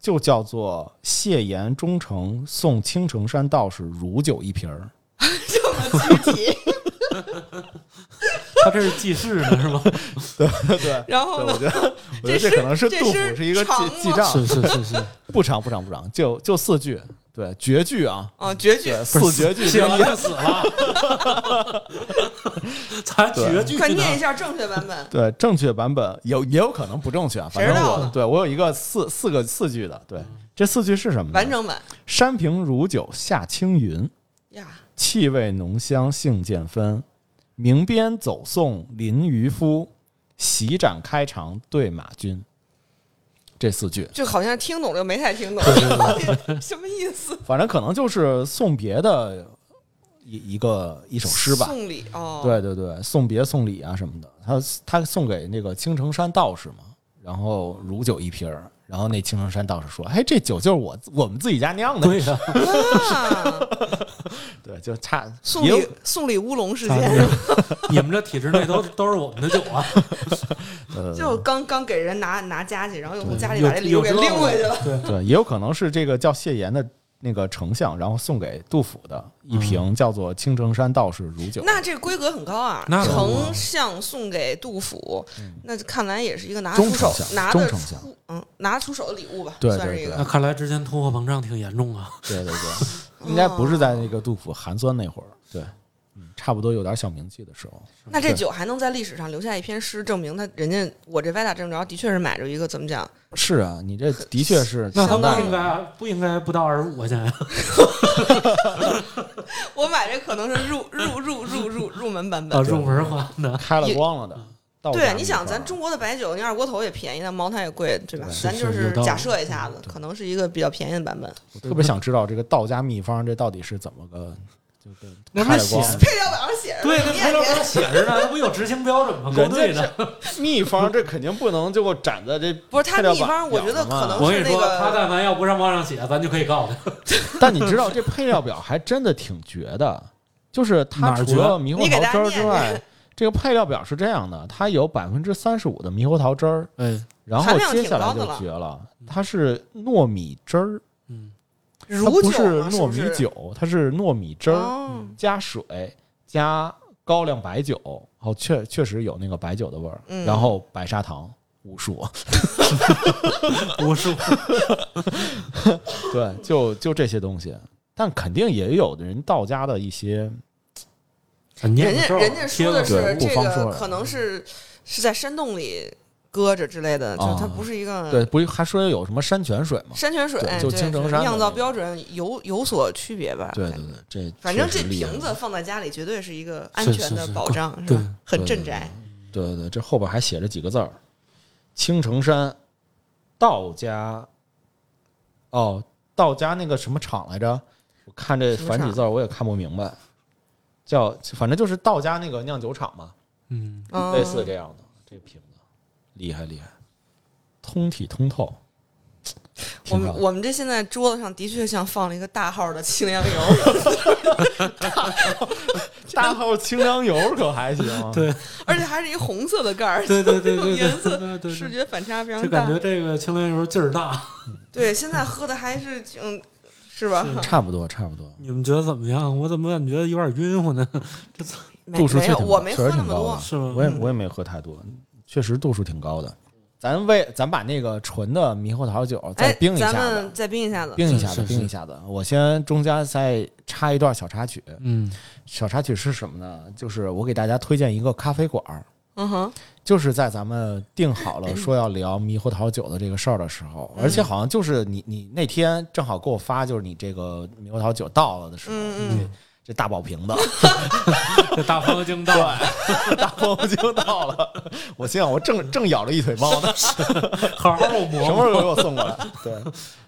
S1: 就叫做“谢言忠诚送青城山道士如酒一瓶儿
S3: 这么具体，
S2: 他这是记事呢是吗？
S1: 对，
S3: 然后
S1: 对，
S3: 呢
S1: 我，觉得，我觉得
S3: 哦这
S1: 这
S3: 是
S1: 可能是
S3: 这
S1: 杜甫
S3: 是
S1: 是一个
S3: 长
S1: 记记
S3: 吗
S1: 账，
S2: 是是是 是，
S1: 不长不长不长，就就四句，对，绝句啊，
S3: 啊，绝句
S1: 对，四绝句
S2: 写
S1: 之
S2: 完
S1: 一，
S2: 就死 了，咱绝句
S3: 快
S2: 呢
S3: 念一下正确版本。
S1: 对，正确版本有也有可能不正确啊，反
S3: 谁知
S1: 正
S3: 道
S1: 我
S3: 呢
S1: 对我有一个四四个四句的，对，这四句是什么呢？
S3: 完整版
S1: 山平如酒下青云，
S3: 呀，
S1: 气味浓香性渐分。明鞭走送临渔夫，席展开场对马军。这四句，
S3: 就好像听懂了又没太听懂， 什么意思？
S1: 反正可能就是送别的一一个一首诗吧。
S3: 送礼哦，，
S1: 对对对，送别送礼啊什么的，他他送给那个青城山道士嘛，然后如酒一瓶儿，然后那青城山道士说：“哎，这酒就是我我们自己家酿的。
S2: 对呀、
S3: 啊，
S1: 对”就差
S3: 送
S1: 也有
S3: 礼送礼乌龙事
S2: 啊
S3: 件，
S2: 你们这体制内都都是我们的酒啊，
S1: 呃
S3: 就刚刚给人拿拿家去，然后又从家里
S2: 有
S3: 把这礼物给
S2: 有
S3: 拎回去了。。
S2: 对，
S1: 对，也有可能是这个叫谢岩的那个丞相，然后送给杜甫的一瓶叫做《青城山道士如酒》。
S3: 那这规格很高啊！
S2: 那可不嘛
S3: 丞相送给杜甫，那看来也是一个拿得
S1: 嗯中
S3: 出手
S1: 丞、相
S3: 拿
S1: 中
S3: 得
S1: 丞相
S3: 出嗯拿得出手的礼物吧，
S1: 对
S3: 算是
S1: 对
S3: 一
S1: 对
S3: 个
S2: 那看来之前通货膨胀挺严重啊。
S1: 对对对，应该不是在那个杜甫寒酸那会儿，对，嗯差不多有点小名气的时候。
S3: 那这
S1: 对
S3: 酒还能在历史上留下一篇诗，证明他人家我这歪打正着的确是买着一个怎么讲？
S1: 是啊，你这 的确是
S2: 那他
S1: 唐
S3: 相当
S1: 代
S2: 不
S3: 于
S2: 应
S1: 的，
S2: 该不应该不到二十五块钱啊？
S3: 我买这可能是入入入入入入门版
S2: 啊
S3: 本。
S2: 入门款的，
S1: 开了嗯光了的。道家
S3: 对，啊
S1: 那
S3: 你想
S1: 块儿
S3: 咱中国的白酒，你二锅头也便宜，但茅台也贵，对吧
S1: 对？
S3: 咱
S2: 是
S3: 就是是
S2: 有道理
S3: 假设一下子，可能是一个比较便宜的版本。
S1: 我特别想知道这个道家秘方这到底是怎么个就跟
S2: 那
S1: 开
S2: 他
S1: 了
S2: 写
S1: 光了
S3: 配料表上写着，
S2: 对，跟
S3: 你
S2: 配
S3: 也
S2: 料
S3: 别
S2: 表写着呢，它不有执行标准吗？勾
S1: 人
S2: 兑
S1: 家
S2: 呢。
S1: 是 秘方，这肯定不能就给我展在这。
S3: 不是他
S1: 配料
S3: 秘
S1: 表
S3: 方，我觉得
S1: 表嘛
S3: 可能
S2: 我跟
S3: 是
S2: 你
S3: 那
S2: 说，他
S3: 个
S2: 但凡要不让往上写，咱就可以告他。
S1: 但你知道这配料表还真的挺绝的，就是它
S2: 哪儿
S1: 除
S2: 绝
S1: 了猕
S3: 你
S1: 猴
S3: 给
S1: 桃
S3: 大
S1: 汁
S3: 家
S1: 儿
S3: 念
S1: 之外， 这个配料表是这样的，它有百分之三十五的猕猴桃汁儿，
S2: 哎，
S1: 然
S3: 含
S1: 后
S3: 量
S1: 接
S3: 挺
S1: 下
S3: 高
S1: 来
S3: 的
S1: 就
S3: 了
S1: 绝了，它是糯米汁儿，
S2: 嗯，
S1: 它
S3: 如
S1: 不
S3: 酒嘛
S1: 糯
S3: 是
S1: 米
S3: 不是
S1: 酒，它是糯米汁儿嗯
S3: 哦
S1: 加水加高粱白酒，哦，确确实有那个白酒的味儿，
S3: 嗯
S1: 然后白砂糖。无数，
S2: 不是，
S1: 对，就就这些东西，但肯定也有的人道家的一些
S2: 人啊
S3: 人家人家说
S1: 对
S3: 的是
S1: 不
S3: 这
S1: 方说
S3: 个，
S1: 了
S3: 可能是是在山洞里搁着之类的，就
S1: 啊
S3: 它不是一
S1: 对，
S3: 个
S1: 不是还说有什么山泉水吗？
S3: 山泉水，
S1: 对
S3: 哎
S1: 就
S3: 对
S1: 青城
S3: 是
S1: 山的
S3: 酿
S1: 那
S3: 造
S1: 个
S3: 标准有有所区别吧？
S1: 对对对，这
S3: 反正
S1: 确
S3: 这
S1: 实厉害
S3: 瓶子放在家里绝对是一个
S2: 是
S3: 安全
S2: 是
S3: 的
S2: 是
S3: 保
S2: 对
S3: 障，是
S2: 对
S3: 吧？很
S1: 哦对
S3: 镇
S1: 对
S3: 宅。
S1: 对对对，这后边还写着几个字儿：青城山道家。哦，道家那个什么厂来着？我看这
S3: 什么
S1: 繁体
S3: 厂
S1: 字儿我也看不明白，叫反正就是道家那个酿酒厂嘛，
S2: 嗯，
S3: 嗯
S1: 类似这样的这个瓶子，厉害厉害，通体通透。
S3: 我
S1: 挺
S3: 们
S1: 好的
S3: 我们这现在桌子上的确像放了一个大号的清凉油，
S1: 大号清凉油可还行？
S2: 对
S3: 而且还是一红色的盖儿，
S2: 对对对
S3: 这种
S2: 对，
S3: 颜色
S2: 对对
S3: 视
S2: 对，
S3: 觉反差非
S2: 就
S3: 常
S2: 感
S3: 大。
S2: 觉这个清凉油劲儿大。
S3: 对，现在喝的还是挺，是吧？
S1: 差不多差不多。
S2: 你们觉得怎么样？我怎么感觉有点晕乎呢？
S3: 没
S1: 度数
S3: 没
S1: 确
S3: 有，
S1: 挺
S3: 我
S1: 高
S3: 没
S1: 确
S3: 喝
S1: 实
S3: 那
S1: 挺
S3: 么
S1: 高
S3: 多
S1: 的，嗯
S2: 是吗？
S1: 我也我也没喝太多，确实度数挺高的。咱为咱把那个纯的猕猴桃酒再
S3: 哎
S1: 冰，一下
S3: 咱
S1: 子
S3: 们，再冰一下子，
S1: 冰一下
S2: 是
S1: 子，
S2: 是
S1: 冰一下子。我先中间再插一段小插曲，
S2: 嗯，
S1: 小插曲是什么呢？就是我给大家推荐一个咖啡馆儿，
S3: 嗯哼，
S1: 就是在咱们定好了说要聊猕猴桃酒的这个事儿的时候，而
S3: 嗯
S1: 且好像就是你你那天正好给我发，就是你这个猕猴桃酒到了的时候，
S3: 嗯
S1: 这这大宝瓶子。
S2: 这大方经到了，
S1: 大 风就到了，我心想我正正咬着一腿包呢，什
S2: 好好
S1: 么
S2: 磨
S1: 时
S2: 磨。
S1: 候给我送过来？对，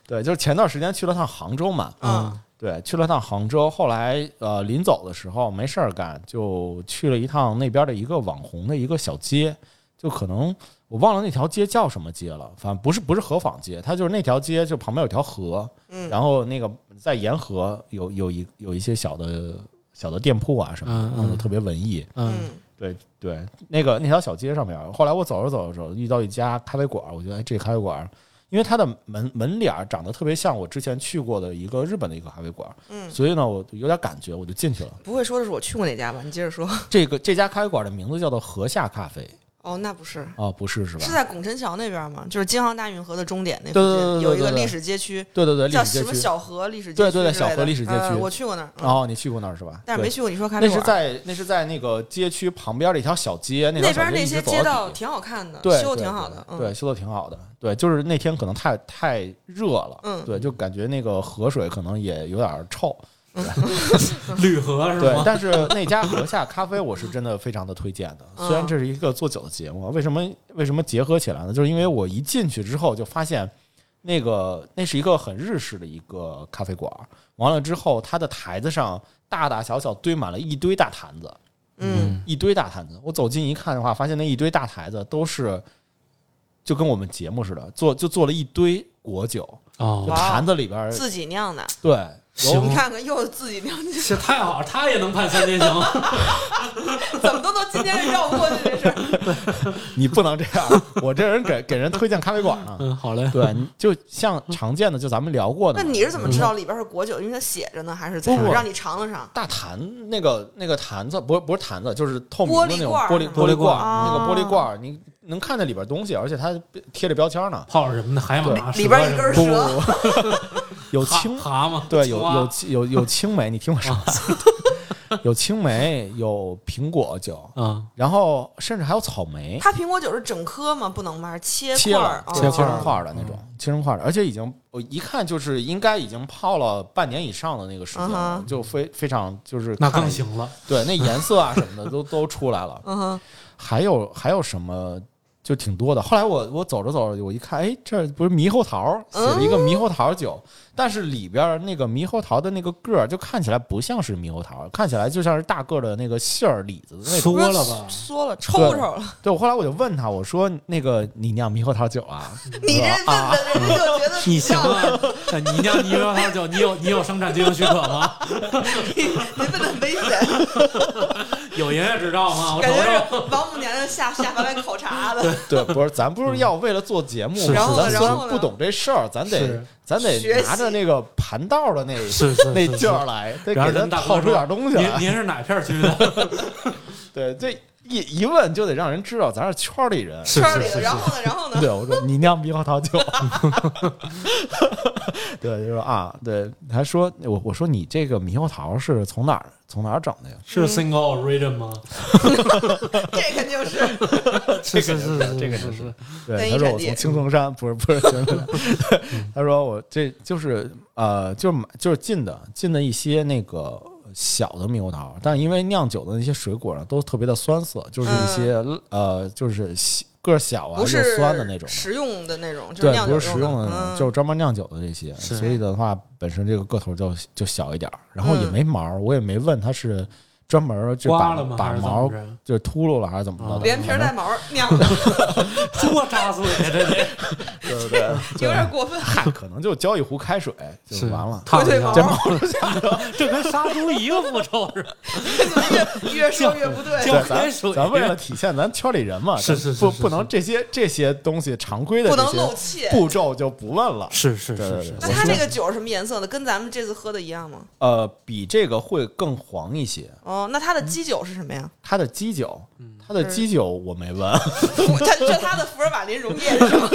S1: 对，就是前段时间去了趟杭州嘛，
S3: 嗯
S1: 对，去了趟杭州，后来呃临走的时候没事儿干，就去了一趟那边的一个网红的一个小街，就可能我忘了那条街叫什么街了，反正不是不是河坊街，它就是那条街就旁边有条河，
S3: 嗯
S1: 然后那个在沿河有有一有一些小的小的店铺啊什么的，
S2: 嗯
S1: 然后就
S2: 嗯
S1: 特别文艺，
S2: 嗯，
S3: 嗯
S1: 对对，那个那条小街上面，后来我走着走着走着遇到一家咖啡馆儿，我觉得哎这咖啡馆儿因为它的门门脸儿长得特别像我之前去过的一个日本的一个咖啡馆，
S3: 嗯，
S1: 所以呢，我有点感觉，我就进去了。
S3: 不会说的是我去过哪家吧？你接 着说。
S1: 这个这家咖啡馆的名字叫做河下咖啡
S3: 哦，那不是，
S1: 啊，不是是吧
S3: 是？在拱宸桥那边吗？就是京杭大运河的终点那附
S1: 对对对
S3: 近有
S1: 对
S3: 一个
S1: 对对
S3: 历史街区，
S1: 对对对，历
S3: 叫
S1: 史
S3: 什
S1: 街
S3: 么
S1: 区。
S3: 小河历史街区
S1: 对对对
S3: 之类的
S1: 小河历史街区
S3: 呃我去过那儿，嗯
S1: 哦，你去过那儿是吧？
S3: 但是没
S1: 对
S3: 去过你说咖啡
S1: 那是
S3: 馆。
S1: 在那是在那个街区旁边的一条小街，那条
S3: 那
S1: 小
S3: 边
S1: 街
S3: 那
S1: 一直
S3: 些
S1: 走
S3: 街
S1: 到
S3: 道
S1: 底
S3: 挺好看的，
S1: 对，
S3: 修
S1: 对
S3: 挺好
S1: 对
S3: 的，嗯
S1: 对，修的挺好的，对，就是那天可能太太热了，
S3: 嗯
S1: 对，就感觉那个河水可能也有点臭，
S3: 嗯
S2: 绿河是
S1: 对，
S2: 吗？
S1: 但是那家河下咖啡我是真的非常的推荐的，
S3: 嗯
S1: 虽然这是一个做酒的节目，为什么为什么结合起来呢？就是因为我一进去之后就发现。那个那是一个很日式的一个咖啡馆，完了之后，它的台子上大大小小堆满了一堆大坛子，
S3: 嗯，
S1: 一堆大坛子。我走近一看的话，发现那一堆大台子都是就跟我们节目似的，做就做了一堆果酒，就
S2: 哦，
S3: 哇
S1: 坛子里边儿
S3: 自己酿的，
S1: 对有
S2: 行
S3: 你看看又自己酿的，
S2: 这太好了，他也能判三年刑。
S3: 怎么都能今天绕过去这 事儿。
S1: 你不能这样，我这人给给人推荐咖啡馆呢。
S2: 嗯，好嘞。
S1: 对，你就像常见的，就咱们聊过的
S3: 那
S1: 嘛，
S3: 你是怎么知道里边是果酒？因为它写着呢，还是怎
S1: 不
S3: 样？
S1: 不
S3: 让你尝了尝。
S1: 大坛那个那个坛子，不是不是坛子，就是透明的那种
S3: 玻
S1: 玻
S3: 璃
S1: 璃
S3: 罐儿
S1: 璃罐
S3: 啊
S1: 儿，那个玻璃罐儿，你能看见里边东西，而且它贴着标签呢。
S2: 泡什么的海马，
S3: 里里边一根
S2: 蛇
S3: 儿
S1: 不不不， 有
S2: 什
S1: 青
S2: 么的蛤蛤 蟆，
S1: 对，有
S3: 啊
S2: 青蛙
S1: 有青有有青梅，你听我说， 有青梅，有苹果酒，
S2: 嗯，
S1: 然后甚至还有草莓，
S3: 它苹果酒是整颗吗？不能吧？是切
S1: 切
S3: 块儿
S1: 了，，切
S3: 哦
S1: 切成块儿的那种，
S2: 嗯
S1: 切成块儿的，而且已经我一看就是应该已经泡了半年以上的那个时间
S3: 嗯
S1: 了
S3: 哼，
S1: 就非非常就是
S2: 那
S1: 看
S2: 更
S1: 了，
S2: 行了。
S1: 对，那颜色啊什么的都都出来了，
S3: 嗯哼，
S1: 还有还有什么？就挺多的。后来我我走着走着，我一看，哎，这不是猕猴桃儿写
S2: 嗯
S1: 了一个猕猴桃酒，但是里边儿那个猕猴桃的那个个儿，就看起来不像是猕猴桃，看起来就像是大个儿的那个杏儿李子的那种。
S2: 缩了吧？
S3: 缩了，抽抽
S1: 对
S3: 了。
S1: 对，我后来我就问他，我说那个你酿猕猴桃酒 啊？
S3: 你这问
S1: 啊
S3: 的人家就觉得
S2: 你行
S3: 像
S2: 啊！ 哎你酿你酿他酒，你有你有生产经营许可吗？
S3: 你你问的危 险，
S2: 有营业执照吗？我瞅
S3: 感觉
S2: 瞅。
S3: 是王母娘娘下下凡来考察的。
S1: 对，不是，咱不是要为了做节目
S2: 是
S1: 嘛，
S2: 然后
S1: 咱
S3: 呢
S1: 虽然
S3: 然后呢
S1: 不懂这事儿，咱得
S2: 是
S1: 咱得
S3: 学习
S1: 拿着那个盘道的那
S2: 是是
S1: 那
S2: 是
S1: 劲儿来，得
S2: 然后
S1: 给他
S2: 人大
S1: 套
S2: 哥
S1: 出
S2: 说
S1: 点东西
S2: 您
S1: 来。
S2: 您是哪片区的？
S1: 对，这一一问就得让人知道咱是圈儿里人。
S2: 是
S3: 圈儿里
S2: 是
S3: 的，
S2: 是
S3: 然后呢，然后呢？
S1: 对，我说你酿猕猴桃酒， 对，就说啊，对，他说我我说你这个猕猴桃是从哪儿从哪儿整的呀？
S2: 是 single origin 吗？
S3: 这肯定是
S2: 是是是是，
S1: 这个
S2: 是。
S1: 就是对，
S3: 单一
S1: 他说
S3: 产
S1: 我
S3: 地
S1: 从青城山，不是 不是，真的他说我这就是呃，就是买就是进的进的一些那个小的猕猴桃，但因为酿酒的那些水果呢，都特别的酸涩，就是一些、呃，就是小个儿小啊
S3: 嗯不
S1: 又
S3: 是
S1: 酸的那种。
S3: 食用的那种，就是
S1: 对，
S3: 酿酒
S1: 不是食用
S3: 的
S1: 的，
S3: 嗯
S1: 就是专门酿酒的这些，
S2: 是
S1: 所以的话，本身这个个头就就小一点儿，然后
S3: 嗯
S1: 也没毛儿，我也没问它是专门就
S2: 刮
S1: 把
S2: 了吗？
S1: 把
S2: 还是怎
S1: 毛
S2: 么
S1: 儿
S2: 着？
S1: 就是秃噜了还是怎么着
S2: 啊
S1: 的，
S3: 连皮儿带毛 儿酿的，
S2: 多扎嘴呀！这 这
S1: 对对对，
S3: 有点过分。
S1: 嗨，可能就浇一壶开水就是完 了。
S2: 烫
S3: 对
S2: 一下
S1: 这
S3: 对
S1: 毛儿
S2: 这跟杀猪一个步骤是吧？
S3: 越越说越不对，
S2: 浇
S1: 咱
S2: 开水，
S1: 咱为了体现咱圈里人嘛，
S2: 是
S1: 咱
S2: 是是
S1: 不
S2: 是
S1: 不
S2: 是
S1: 能这些这些东西常规的
S3: 不
S1: 这
S3: 能漏
S1: 些
S3: 气。
S1: 步骤就不问了。
S2: 是是是
S1: 对
S2: 是
S1: 对，
S3: 那
S1: 我
S3: 它
S1: 说
S3: 这个酒是什么颜色的？跟咱们这次喝的一样吗？
S1: 呃，比这个会更黄一些。
S3: 哦，那它的基酒是什 么呀？
S1: 它的基酒，
S2: 嗯
S1: 它的基酒我没问，
S3: 它这它的福尔马林溶液是吗？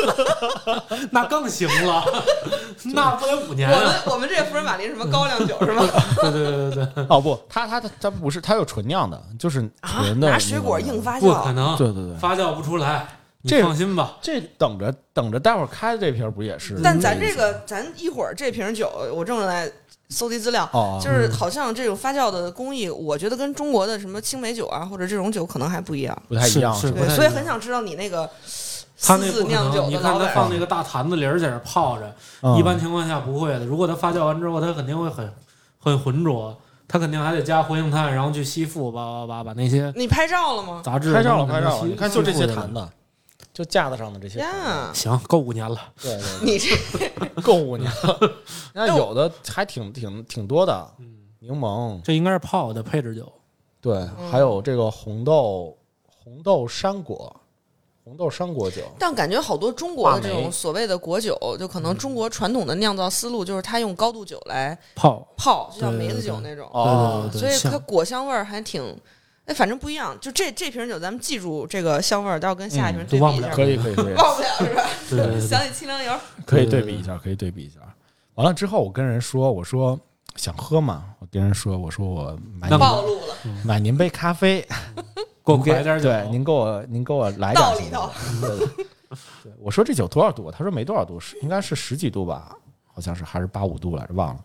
S2: 那更行 了，那不得五
S3: 我
S2: 年啊？
S3: 们我们这福尔马林什么高粱酒 是吗？
S2: 对对对对对，
S1: 哦 不，它它它它不是，它有纯酿的，就是
S3: 啊，
S1: 纯的、
S3: 拿水果硬。发
S2: 不可
S3: 酵，
S2: 能，
S1: 对对对，
S2: 发酵不出来。你
S1: 这
S2: 放心吧，
S1: 这等着等着，待会儿开的这瓶儿不也是？
S3: 但咱这个咱一会儿这瓶酒，我正在搜集资料。
S1: 哦，
S3: 就
S1: 哦
S2: 嗯
S3: 是好像这种发酵的工艺，我觉得跟中国的什么青梅酒啊，或者这种酒可能还不一样。
S1: 不太一样，
S2: 是
S1: 吧
S2: 不太
S3: 对，
S2: 一
S3: 所以
S2: 样
S3: 很想知道你那个
S2: 他
S3: 私
S2: 那
S3: 自
S2: 不可
S3: 酿酒
S2: 能。
S3: 的
S2: 你看
S3: 老
S2: 他
S3: 板
S2: 放那个大坛子里儿在那儿泡着，
S1: 嗯
S2: 一般情况下不会的。如果它发酵完之后，它肯定会很很浑浊，它肯定还得加活性炭，然后去吸附，叭叭叭，把那些
S3: 你拍照了吗？
S2: 杂质
S1: 拍照了，
S2: 什么
S1: 拍
S2: 的
S1: 照了！
S2: 吸
S1: 你看，就这些
S2: 吸附
S1: 坛
S2: 进来
S1: 子，就架子上的这些坛子，
S3: 呀，
S2: 行，够五年了。
S1: 对对对，
S3: 你这
S1: 够五 年了。那
S3: 那
S1: 有的还挺挺挺多的，
S2: 嗯
S1: 柠檬，
S2: 这应该是泡的配置酒，
S1: 对，还有这个红豆，红豆山果，红豆生果酒，
S3: 但感觉好多中国的这
S1: 话梅
S3: 种所谓的果酒，就可
S2: 嗯
S3: 能中国传统的酿造思路就是它用高度酒来
S2: 泡，
S3: 泡，就像
S2: 对对
S3: 梅子
S2: 对
S3: 酒那种。
S1: 哦
S2: 对对
S3: 所
S2: 对，
S3: 以它
S2: 像
S3: 果香味儿还挺，哎，反正不一样。就这这瓶酒，咱们记住这个香味儿，到时候跟下一瓶
S1: 嗯
S3: 对
S2: 都忘
S3: 比一
S2: 不
S3: 下，
S2: 了
S1: 可以可以可以
S3: 忘不了是吧？
S2: 对对对对
S3: 想起清凉油，
S1: 可以
S2: 对对
S1: 对比一下，可以对比一下。完了之后，我跟人说，我说想喝嘛，我跟人说，我说我买
S2: 那
S1: 您
S3: 暴露了，
S1: 买您杯咖啡，
S2: 给我
S1: 您给
S2: 快点酒，
S1: 对，您给我您给我来点
S3: 倒
S1: 什
S3: 里
S1: 么
S3: 头
S1: 的。对对对对我说这酒多少度？他说没多少度，是应该是十几度吧，好像是还是八五度来着，忘了。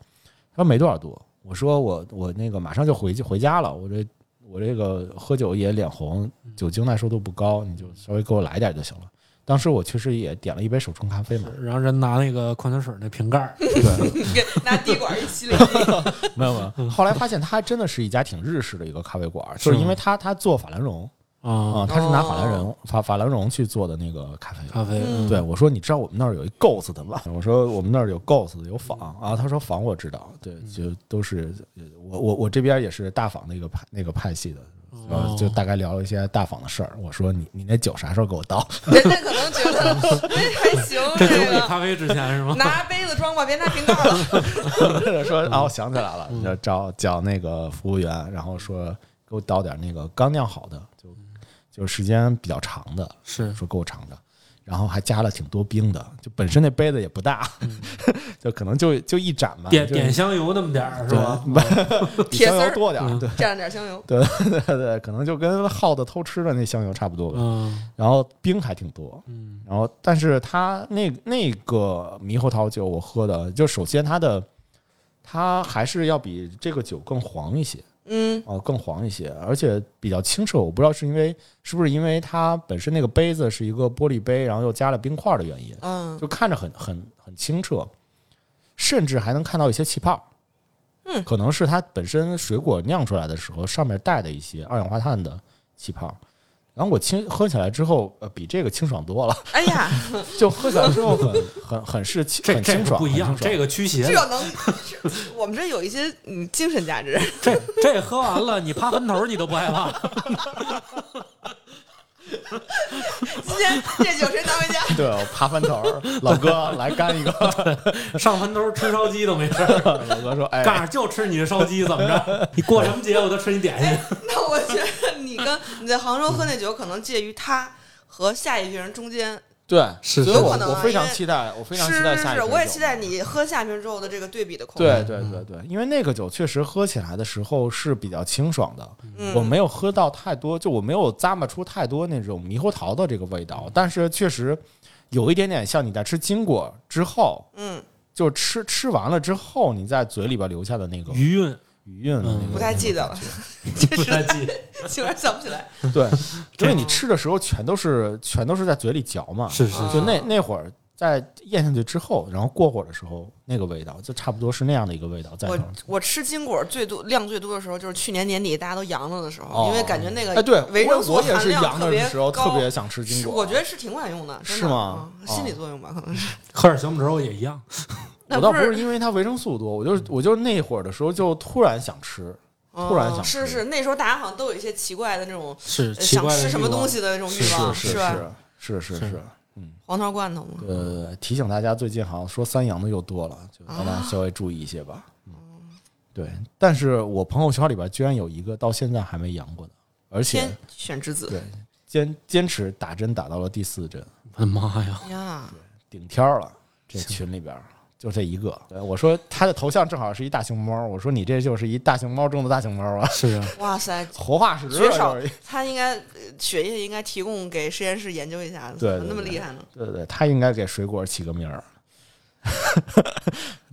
S1: 他说没多少度。我说我我那个马上就回去回家了，我这我这个喝酒也脸红，酒精耐受度不高，你就稍微给我来点就行了。当时我确实也点了一杯手冲咖啡嘛，
S2: 然后人拿那个矿泉水那瓶盖 儿，
S1: 对，
S3: 给拿滴管一吸溜，
S1: 没有没有。后来发现它还真的是一家挺日式的一个咖啡馆，就是是因
S2: 吗
S1: 为它它做法兰绒啊，
S2: 啊，
S1: 它是拿法兰
S3: 哦
S1: 绒法法兰绒去做的那个咖啡。
S2: 咖啡，
S3: 嗯
S2: 嗯
S1: 对，我说你知道我们那儿有一 Ghost 的吗？我说我们那儿有 Ghost 的有仿啊，他说仿我知道，对，就都是呃我我我这边也是大仿那个派那个派系的，呃
S2: 哦，
S1: 就大概聊了一些大仿的事儿。我说你你那酒啥时候给我倒？
S3: 人家可能觉得哎还行，
S2: 这
S3: 这
S2: 酒比
S3: 个
S2: 咖啡值钱是吗？
S3: 拿杯子装吧，别拿瓶盖 了。
S1: 说
S2: 嗯
S1: 啊，我想起来了，就找叫那个服务员，然后说给我倒点那个刚酿好的，就
S2: 嗯
S1: 就时间比较长的，
S2: 是
S1: 说给我尝尝。然后还加了挺多冰的，就本身那杯子也不大， 就可能就就一盏吧，
S2: 嗯点
S1: 就
S2: 点香油那么点儿是吧？
S1: 比
S3: 铁
S1: 香
S3: 丝
S1: 油
S3: 儿
S1: 多点儿，
S2: 嗯
S1: 对
S3: 蘸了点香油，
S1: 对对对对，可能就跟耗子偷吃的那香油差不多吧。
S2: 嗯
S1: 然后冰还挺多，
S2: 嗯
S1: 然后但是它那那个猕猴桃酒我喝的，就首先它的它还是要比这个酒更黄一些
S3: 嗯，
S1: 啊、更黄一些，而且比较清澈。我不知道是因为是不是因为它本身那个杯子是一个玻璃杯，然后又加了冰块的原因，
S3: 嗯，
S1: 就看着很很很清澈，甚至还能看到一些气泡。
S3: 嗯
S1: 可能是它本身水果酿出来的时候上面带的一些二氧化碳的气泡。然后我清喝起来之后，呃，比这个清爽多了。
S3: 哎 呀，
S1: 就喝起来之后很很很是清
S2: 这
S1: 很
S2: 这
S1: 清
S2: 个
S1: 爽，
S2: 不一样，
S1: 很清
S2: 这
S1: 爽
S2: 个驱邪
S3: 这
S2: 的，
S3: 能，这我们这有一些嗯精神价值，
S2: 这这喝完了你趴坟头你都不害怕，
S3: 今天这酒谁拿回家？
S1: 对，我爬翻头儿，老哥来干一个。
S2: 上坟头吃烧鸡都没事儿，
S1: 老哥说：“
S2: 告
S1: 哎，
S2: 诉就吃你的烧鸡怎么 着？你过什么节我都吃你点心，
S3: 那我觉得你跟你在杭州喝那酒，可能介于它和下一瓶中间。
S1: 对，
S2: 是
S1: 所以我
S3: 有可能
S1: 我
S3: 啊
S1: 非常
S3: 因为
S1: 期待，我非常
S3: 是
S1: 期待下一
S3: 是，
S1: 瓶
S3: 我也
S1: 酒嗯
S3: 期待你喝下瓶之后的这个对比的空间。
S1: 对对
S2: 嗯
S1: 对对，因为那个酒确实喝起来的时候是比较清爽的，
S3: 嗯
S1: 我没有喝到太多，就我没有咂摸出太多那种猕猴桃的这个味道，但是确实有一点点像你在吃金果之后，
S3: 嗯，
S1: 就吃吃完了之后你在嘴里边留下的那个
S2: 余韵
S1: 余韵的啊那个
S2: 嗯
S3: 不太记得了，
S2: 不太记，
S3: 竟然嗯想不 起来。
S1: 对，因为你
S2: 嗯
S1: 吃的时候全都是全都是在嘴里嚼嘛，
S2: 是是是
S1: 就
S3: 啊
S1: 那那会儿。在咽下去之后，然后过会儿的时候，那个味道就差不多是那样的一个味道在那
S3: 我
S1: 儿。
S3: 我吃金果最多量最多的时候，就是去年年底大家都阳了的时候，
S1: 哦
S3: 因为感觉那个
S1: 哎，对，
S3: 维
S1: 我
S3: 生素
S1: 我也
S3: 含
S1: 是
S3: 量
S1: 阳
S3: 特别
S1: 的时候特
S3: 高
S1: 别想吃金
S3: 是
S1: 果，
S3: 我觉得是挺管用的，真的
S1: 是吗哦
S3: 嗯心理作用吧，可能是。
S2: 喝点小米粥也一样，
S3: 那
S1: 我倒
S3: 不
S1: 不
S3: 是嗯
S1: 是因为它维生素多，我就是我就是那会儿的时候就突然想吃， 突然想
S3: 嗯是
S1: 吃
S3: 是，那时候大家好像都有一些奇怪的那种
S2: 是
S3: 呃想吃什么东西的那种欲望，
S1: 是
S3: 吧？
S1: 是是
S2: 是
S1: 是。
S3: 黄桃罐头嘛，
S1: 呃，提醒大家，最近好像说三阳的又多了，就大
S3: 啊
S1: 家稍微注意一些吧。
S3: 哦
S1: 嗯，对。但是我朋友圈里边居然有一个到现在还没阳过的，而且
S3: 天选之子
S1: 对坚坚持打针打到了第四针，
S2: 我的妈呀！
S3: 呀，
S1: 顶天儿了。这群里边儿就这一个。对，我说他的头像正好是一大熊猫，我说你这就是一大熊猫中的大熊猫啊，
S2: 是啊，
S3: 哇塞！
S1: 活化石啊。
S3: 绝少
S1: 就是一，
S3: 他应该呃血液应该提供给实验室研究一下，
S1: 对
S3: 怎么那么
S1: 对对
S3: 厉害呢？
S1: 对对，他应该给水果起个名儿。对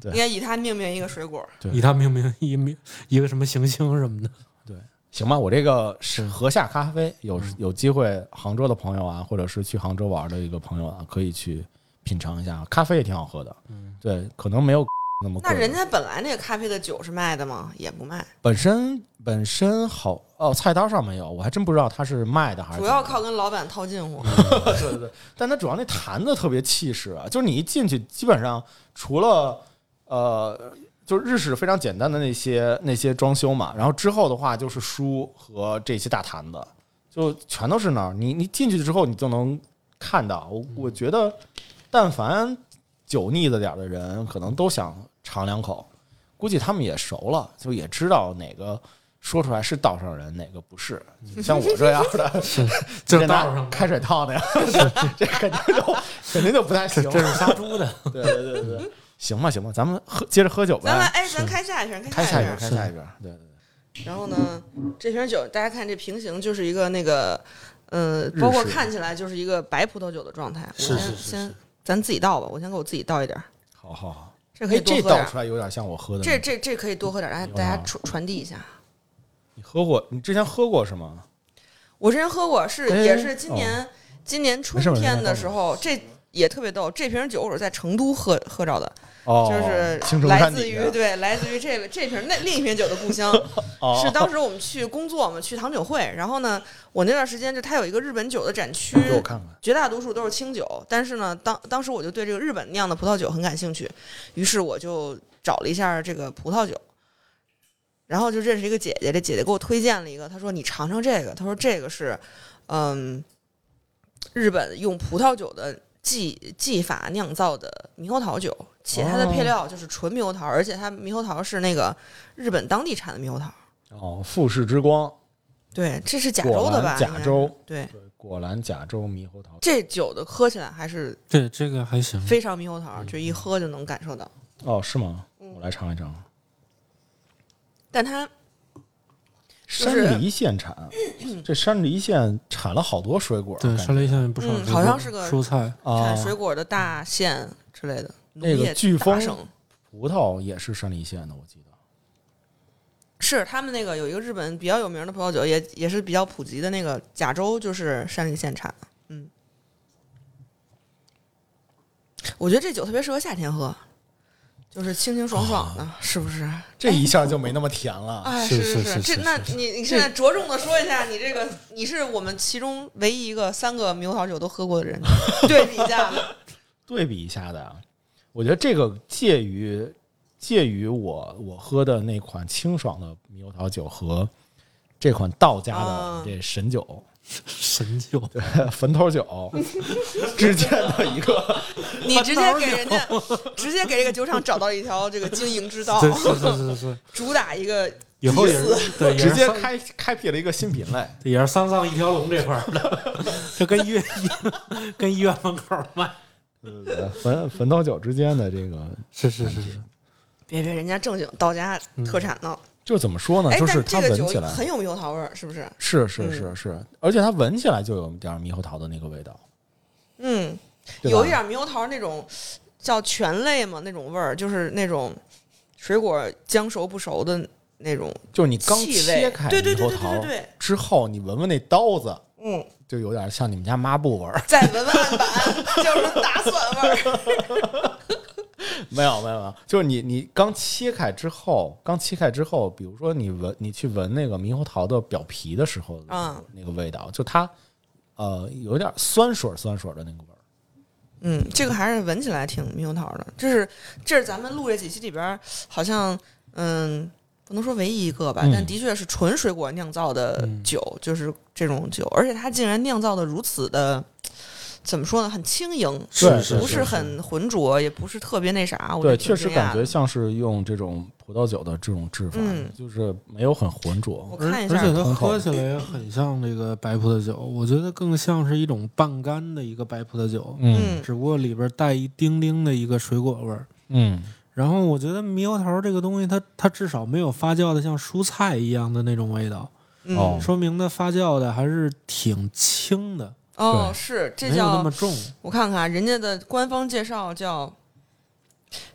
S3: 应该以他命名一个水果，
S1: 对
S2: 以他命名一名一个什么行星什么 的，
S1: 行吧，我这个是河下咖啡，有有机会杭州的朋友啊，或者是去杭州玩的一个朋友啊，可以去品尝一下，咖啡也挺好喝的。
S2: 嗯，
S1: 对，可能没有那么贵。
S3: 那人家本来那个咖啡的酒是卖的吗？也不卖，
S1: 本身本身好哦，菜单上没有，我还真不知道它是卖的还是嗯
S3: 主要靠跟老板套近乎。
S1: 怎么样对对对，但它主要那坛子特别气势啊，就是你一进去，基本上除了呃。就是日式非常简单的那些那些装修嘛，然后之后的话就是书和这些大坛子，就全都是那儿。你你进去之后，你就能看到。我我觉得，但凡酒腻子点儿的人，可能都想尝两口。估计他们也熟了，就也知道哪个说出来是道上人，哪个不是。像我这样的，
S2: 就
S1: 直接
S2: 是
S1: 拿
S2: 道上的
S1: 开水烫的呀， 这肯定就肯定就不 太行
S2: 这。是杀猪的，
S1: 对对对对，行吧行吧，咱们喝接着喝酒
S3: 咱来，
S1: 呗，
S3: 哎，咱开下一瓶，
S1: 开下
S3: 下一
S1: 一
S3: 瓶
S1: 瓶，。开下一瓶，对对对。
S3: 然后呢，这瓶酒大家看这瓶形就是一个那个，呃，包括
S1: 日式
S3: 看起来就是一个白葡萄酒的状态。我
S2: 是
S3: 先
S2: 是是
S3: 先
S2: 是，
S3: 咱自己倒吧，我先给我自己倒一点儿，
S1: 好好好，
S3: 这可
S1: 哎
S3: 以，多
S1: 这
S3: 喝点
S1: 倒啊
S3: 儿。
S1: 出来有点像我喝的那
S3: 这
S1: 个。
S3: 这这可以多喝点儿，大家大家传传递一下。
S1: 你喝过？你之前喝过是吗？
S3: 我之前喝过，是
S1: 哎
S3: 也是今年今年春
S1: 没事没事
S3: 天的时候，这也特别逗。这瓶酒我是在成都喝喝着的，
S1: 哦，
S3: 就是
S1: 青城
S3: 来
S1: 山
S3: 自
S1: 底啊
S3: 于对来自于这个这瓶那另一瓶酒的 故乡。
S1: 哦
S3: 是当时我们去工作嘛，去糖酒会，然后呢，我那段时间就它有一个日本酒的展区，
S1: 哦给我看看。
S3: 绝大多数都是清酒，但是呢，当当时我就对这个日本酿的葡萄酒很感兴趣，于是我就找了一下这个葡萄酒，然后就认识一个姐姐，这姐姐给我推荐了一个，她说你尝尝这个，她说这个是，嗯，日本用葡萄酒的技技法酿造的猕猴桃酒，且它的
S1: 哦
S3: 配料就是纯猕猴桃，而且它猕猴桃是那个日本当地产的猕猴桃。
S1: 哦，富士之光，
S3: 对，这是甲州
S1: 果
S3: 的
S1: 篮
S3: 吧？
S1: 甲州，
S3: 对，
S1: 对果篮甲州猕猴桃。
S3: 这酒的喝起来还是
S2: 对这个还行，
S3: 非常猕猴桃，就一喝就能感受到。
S1: 哦，是吗？
S3: 嗯
S1: 我来尝一尝。
S3: 但它就是
S1: 山梨县 产，这山梨县产了好多水果，
S2: 对
S1: 感觉
S2: 山梨县不少
S3: 嗯
S2: 这个
S3: 好像是个
S2: 蔬菜，
S3: 产
S1: 啊，
S3: 水果的大县之类的，
S1: 那
S3: 农
S1: 个
S3: 业
S1: 飓
S3: 大
S1: 风
S3: 省
S1: 葡萄也是山梨县的，我记得。
S3: 是他们那个有一个日本比较有名的葡萄酒，也也是比较普及的那个甲州，就是山梨县产的。嗯，我觉得这酒特别适合夏天喝，就是清清爽爽的，是不是？
S1: 这一下就没那么甜了。
S3: 哎，
S2: 是是
S3: 是
S2: 是
S3: 这
S2: 是
S3: 那
S2: 是
S3: 你你现在着重的说一下，你这个你是我们其中唯一一个三个猕猴桃酒都喝过的人，对比一下吧。
S1: 对比一下的啊，我觉得这个介于介于我我喝的那款清爽的猕猴桃酒和这款道家
S3: 啊
S1: 的这神酒、呃
S2: 神酒，
S1: 坟头酒 之间的一个
S3: 你直接给人家， 直接给这个酒厂找到一条这个经营之道，
S2: 对是是是是，
S3: 主打一个
S2: 以后也是对，也是
S1: 直接
S2: 三
S1: 开开辟了一个新品类。
S2: 对也是三藏一条龙这块儿的， 就跟医院跟医院门口卖，
S1: 呃坟坟头酒之间的这个，
S2: 是是是是，
S3: 别别人家正经道家特产呢。
S1: 就怎么说呢？
S3: 哎，
S1: 嗯就
S3: 但
S1: 是它
S3: 这个
S1: 闻
S3: 酒
S1: 起来
S3: 很有嗯猕猴桃味儿，是不是？
S1: 是是是是，而且它闻起来就有点猕猴桃的那个味道，
S3: 嗯，
S1: 对吧
S3: 有一点猕猴桃那种叫醛类嘛，那种味儿，就是那种水果将熟不熟的那种
S1: 就是你刚
S3: 气味
S1: 切。开
S3: 对对
S1: 猕
S3: 对
S1: 猴
S3: 对对对
S1: 桃
S3: 对，
S1: 之后，你闻闻那刀子，
S3: 嗯。
S1: 就有点像你们家抹布味儿。
S3: 再闻闻案板， 就是大蒜味儿。
S1: 没有没有没有，就是你你刚切开之后，刚切开之后，比如说你闻你去闻那个猕猴桃的表皮的时候，
S3: 嗯，
S1: 那个味道，就它呃有点酸水儿酸水儿的那个味儿。
S3: 嗯，这个还是闻起来挺猕猴桃的。这是这是咱们录这几期里边儿，好像嗯，不能说唯一一个吧，
S1: 嗯
S3: 但的确是纯水果酿造的酒，就是这种酒，而且它竟然酿造的如此的。怎么说呢？很轻盈，
S1: 是
S3: 不
S1: 是是
S3: 不是很浑浊，也不是特别那啥。我
S1: 对，
S3: 就挺
S1: 确实
S3: 惊讶
S1: 感觉
S3: 的。
S1: 像是用这种葡萄酒的这种制法，
S3: 嗯
S1: 就是没有很浑浊
S3: 我。看一
S2: 而
S3: 下
S2: 且，它喝起来也很像这个白葡萄酒，我觉得更像是一种半干的一个白葡萄酒，
S1: 嗯
S3: 嗯，
S2: 只不过里边带一丁丁的一个水果味儿。
S1: 嗯，
S2: 然后我觉得猕猴桃这个东西它，它至少没有发酵的像蔬菜一样的那种味道，
S3: 嗯
S1: 哦
S2: 说明它发酵的还是挺轻的，
S3: 哦，
S1: 对
S3: 是这
S2: 没有那
S3: 叫
S2: 么重。
S3: 我看看啊人家的官方介绍叫，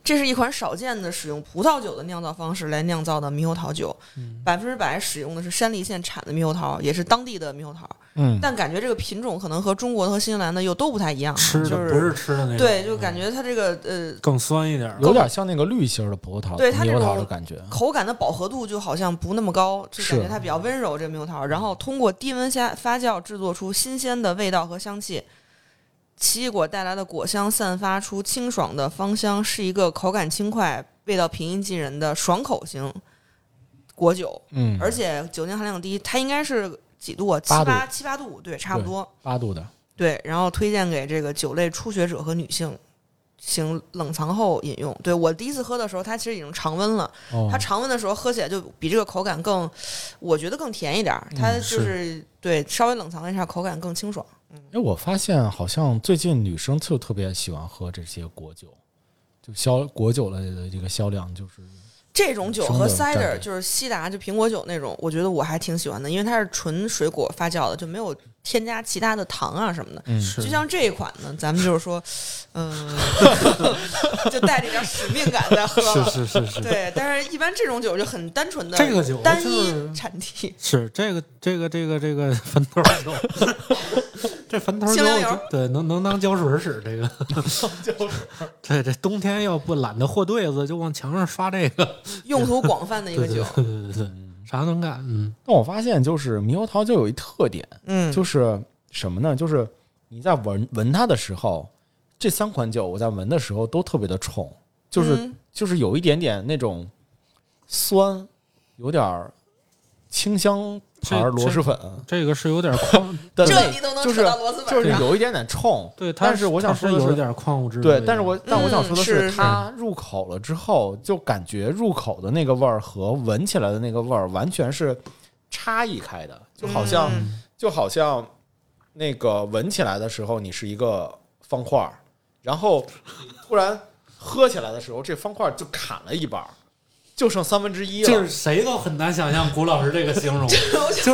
S3: 这是一款少见的使用葡萄酒的酿造方式来酿造的猕猴桃酒，
S2: 嗯，
S3: 百分之百使用的是山梨县产的猕猴桃，也是当地的猕猴桃，
S1: 嗯，
S3: 但感觉这个品种可能和中国的和新西兰的又都不太一样，啊
S2: 吃
S3: 就
S2: 的不是吃的那种，
S3: 对，就感觉它这个呃
S2: 更酸一点儿。
S1: 有点像那个绿心儿的葡萄桃，
S3: 对它这
S1: 猕猴桃
S3: 种
S1: 的感觉。
S3: 口感的饱和度就好像不那么高，就感觉
S1: 是嗯
S3: 它比较温柔。这猕猴桃，然后通过低温下发酵制作出新鲜的味道和香气，奇异果带来的果香散发出清爽的芳香，是一个口感轻快、味道平易近人的爽口型果酒，
S1: 嗯，
S3: 而且酒精含量低，它应该是几度啊？七
S1: 八度
S3: 八七八度，对，差不多。
S1: 八度的，
S3: 对，然后推荐给这个酒类初学者和女性，行冷藏后饮用。对我第一次喝的时候，它其实已经常温了，
S2: 哦
S3: 它，常温的时候喝起来就比这个口感更，我觉得更甜一点儿，它
S2: 嗯
S3: 就是是,、对稍微冷藏一下，口感更清爽。
S1: 哎，我发现好像最近女生就特别喜欢喝这些果酒，就销果酒类的这个销量就是
S3: 这种酒
S1: 什么
S3: 和
S1: 酒蘸
S3: cider
S1: 的
S3: 就是西达就苹果酒那种，我觉得我还挺喜欢的，因为它是纯水果发酵的，就没有添加其他的糖啊什么的。
S1: 嗯
S2: 是
S3: 就像这一款呢，咱们就是说， 嗯，就带着一点使命感在喝了。
S2: 是是是是
S3: 对，但是一般这种酒就很单纯的
S2: 这个酒
S3: 单
S2: 就是
S3: 一产地，
S2: 是，这个这个这个这个坟头儿酒，这坟头儿酒
S3: 清凉油
S2: 我觉，对，能能当胶水儿使这个对，这冬天要不懒得和对子，就往墙上刷这个，
S3: 用途广泛的一个
S2: 对对
S3: 酒。
S2: 对对对，啥能干，嗯
S1: 但我发现就是猕猴桃就有一特点，
S3: 嗯，
S1: 就是什么呢？就是你在闻闻它的时候，这三款酒我在闻的时候都特别的冲，就是、
S3: 嗯
S1: 就是有一点点那种酸，有点儿清香牌
S2: 这
S1: 螺蛳粉
S2: 这个是有点矿，
S1: 的
S3: 这
S1: 那
S3: 你都能
S1: 就
S3: 扯
S1: 是
S3: 到螺蛳
S1: 就
S3: 粉
S1: 是
S3: 上，
S1: 有一点点冲，
S2: 对，它
S1: 但是我想
S2: 它
S1: 说
S2: 是
S1: 的
S2: 有
S1: 是。
S2: 点矿物质的味道，
S1: 对，但是我但我想说的
S3: 嗯是
S1: 它入口了之后，就感觉入口的那个味儿和闻起来的那个味儿完全是差异开的，就好像、
S3: 嗯
S1: 就好像那个闻起来的时候，你是一个方块儿，然后突然喝起来的时候，这方块儿就砍了一半儿，就剩三分之一了。
S2: 就是谁都很难想象古老师这个形容，就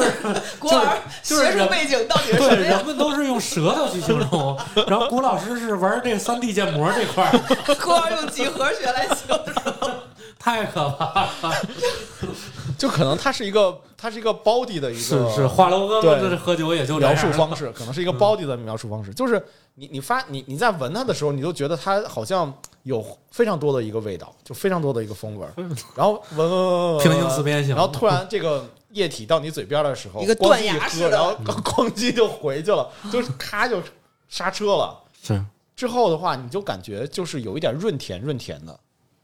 S2: 是
S3: 郭老师
S2: 就是
S3: 学术
S2: 人
S3: 背景到底是什
S2: 对，
S3: 么呀
S2: 人？们都是用舌头去形容，然后古老师是玩这三 D 建模这块儿，
S3: 郭老师用几何学来形容。
S2: 太可怕了，
S1: 就可能它是一个它是一个 body 的一个
S2: 是是，华楼哥们
S1: 对
S2: 这喝酒也就这
S1: 描
S2: 样嗯
S1: 述 方式，可能是一个 body 的描述方式，就是你你发你你在闻它的时候，你都觉得它好像有非常多的一个味道，就非常多的一个风味儿，
S2: 嗯
S1: 然后闻闻闻闻闻，
S2: 平行四边形
S1: 呃然后突然这个液体到你嘴边的时候，
S3: 一个
S1: 咣叽
S3: 断崖
S1: 喝
S3: 式的
S1: 然后
S2: 嗯
S1: 咣叽就回去了，就是咔就刹车了。
S2: 是
S1: 之后的话，你就感觉就是有一点润甜润甜的，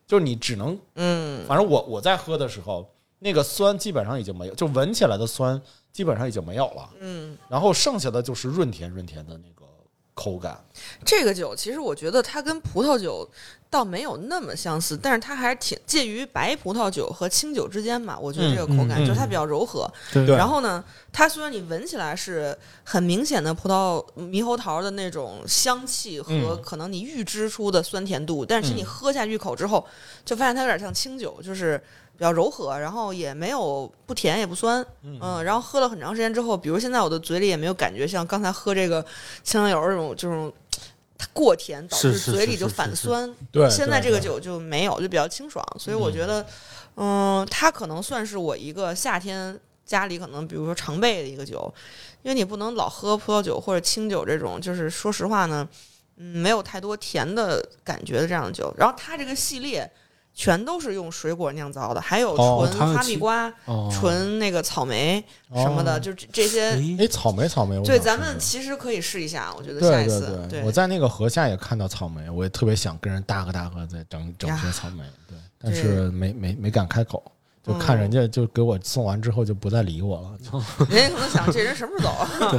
S1: 就是你只能
S3: 嗯，
S1: 反正我我在喝的时候，那个酸基本上已经没有，就闻起来的酸基本上已经没有了。
S3: 嗯，
S1: 然后剩下的就是润甜润甜的那个口感。
S3: 这个酒其实我觉得它跟葡萄酒倒没有那么相似，但是它还是挺介于白葡萄酒和清酒之间吧。我觉得这个口感、
S1: 嗯嗯
S3: 就是它比较柔和，
S2: 对
S1: 对
S3: 然后呢，它虽然你闻起来是很明显的葡萄猕猴桃的那种香气和
S1: 嗯
S3: 可能你预知出的酸甜度，但是
S2: 嗯
S3: 其实你喝下入口之后，就发现它有点像清酒，就是比较柔和，然后也没有不甜也不酸，嗯、然后喝了很长时间之后，比如现在我的嘴里也没有感觉像刚才喝这个清凉油这种这种。它过甜导致
S2: 是是
S3: 嘴里
S2: 是
S3: 就是反
S2: 是
S3: 酸，
S1: 对
S3: 现在这个酒就没有，就比较清爽，所以我觉得，嗯，它可能算是我一个夏天家里可能比如说常备的一个酒，因为你不能老喝葡萄酒或者清酒这种，就是说实话呢，嗯，没有太多甜的感觉的这样的酒。然后它这个系列全都是用水果酿造的，还有
S1: 哦
S3: 纯
S2: 它有
S3: 哈
S2: 其
S3: 密瓜、
S2: 哦
S3: 纯那个草莓什么的，
S1: 哦
S3: 就这这些。
S2: 哎
S1: 哎，草莓草莓，我
S3: 对，
S1: 想
S3: 咱
S1: 试试
S3: 们其实可以试一下，我觉得下
S1: 对
S3: 一
S1: 对
S3: 次
S1: 对，
S3: 对
S1: 我在那个河下也看到草莓，我也特别想跟人大个大个再整整些
S3: 呀
S1: 草莓，对，但
S3: 对
S1: 是没没没敢开口。就看
S3: 嗯
S1: 人家就给我送完之后就不再理我了，
S3: 哦人家可能想这人什么时候走啊？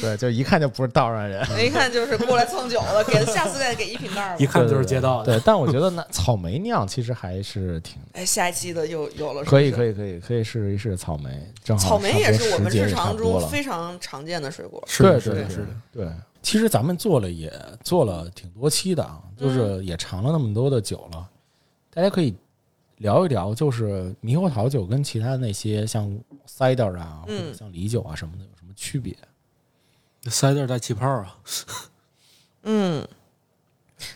S1: 对，就一看就不是道上人。
S3: 一看就是过来蹭酒的，给下次再给一瓶盖儿
S2: 一
S3: 吧。
S2: 看就
S1: 对
S2: 是
S1: 对
S2: 街道的，
S1: 对，但我觉得那草莓酿其实还是挺
S3: 哎，下一期的又有了，
S1: 可以，可
S3: 以。
S1: 以，可以，可以试一试草莓，正好
S3: 草莓
S1: 差
S3: 也
S1: 不多
S3: 是我们
S1: 时节
S3: 日
S1: 差
S3: 常
S1: 不多了
S3: 中非常常见的水果。
S2: 是
S1: 对
S2: 的是
S1: 对
S2: 的是的，
S1: 对，其实咱们做了也做了挺多期的啊，就是
S3: 嗯
S1: 也尝了那么多的酒了，大家可以聊一聊，就是猕猴桃酒跟其他那些像 cider 啊，或
S3: 嗯
S1: 者像梨酒啊什么的有什么区别？
S2: 塞地儿带气泡啊，
S3: 嗯，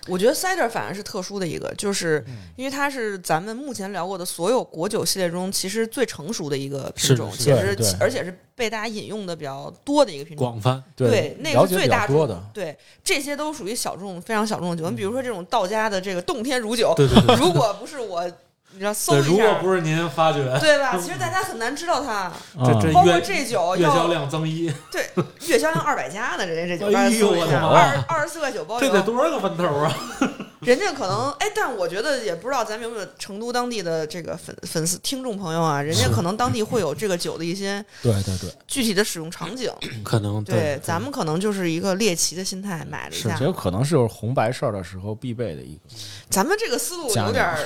S3: 我觉得 cider 反而是特殊的一个，就是
S1: 嗯
S3: 因为它是咱们目前聊过的所有果酒系列中，其实最成熟的一个
S2: 是
S3: 品种，
S2: 是
S3: 且
S1: 对对
S3: 是而且是被大家引用的比较多的一个品种。
S2: 广泛
S3: 对，那
S1: 了
S3: 个
S1: 解
S3: 是
S1: 比
S3: 最
S1: 较
S3: 大
S1: 多
S3: 众
S1: 的。嗯
S3: 对，这些都属于小众，非常小众的酒。你比如说这种道家的这个洞天如酒，
S2: 对对对
S3: 如果不是我，你知道搜
S2: 对，
S3: 一下，
S2: 如果不是您发 掘，
S3: 对吧？其实大家很难知道它，
S2: 这
S1: 嗯
S2: 这
S3: 包括
S2: 月
S3: 这
S1: 哦
S3: 酒
S2: 月销
S3: 要
S2: 量增一，
S3: 对月销量二百加呢，人家这酒
S2: 哎
S3: 二
S2: 呦我的妈
S3: 二二十四块九包
S2: 这得
S3: 邮，
S2: 多少个分头啊？
S3: 人家可能哎，但我觉得也不知道咱们有没有成都当地的这个粉粉丝听众朋友啊，人家可能当地会有这个酒的一些
S2: 对对对，
S3: 具体的使用 场景。
S1: 嗯
S2: 可能
S3: 对，咱们可能就是一个猎奇的心态买了一下
S1: 这。有可能是红白事儿的时候必备的一个。
S3: 咱们这个思路
S1: 加
S3: 有点 儿，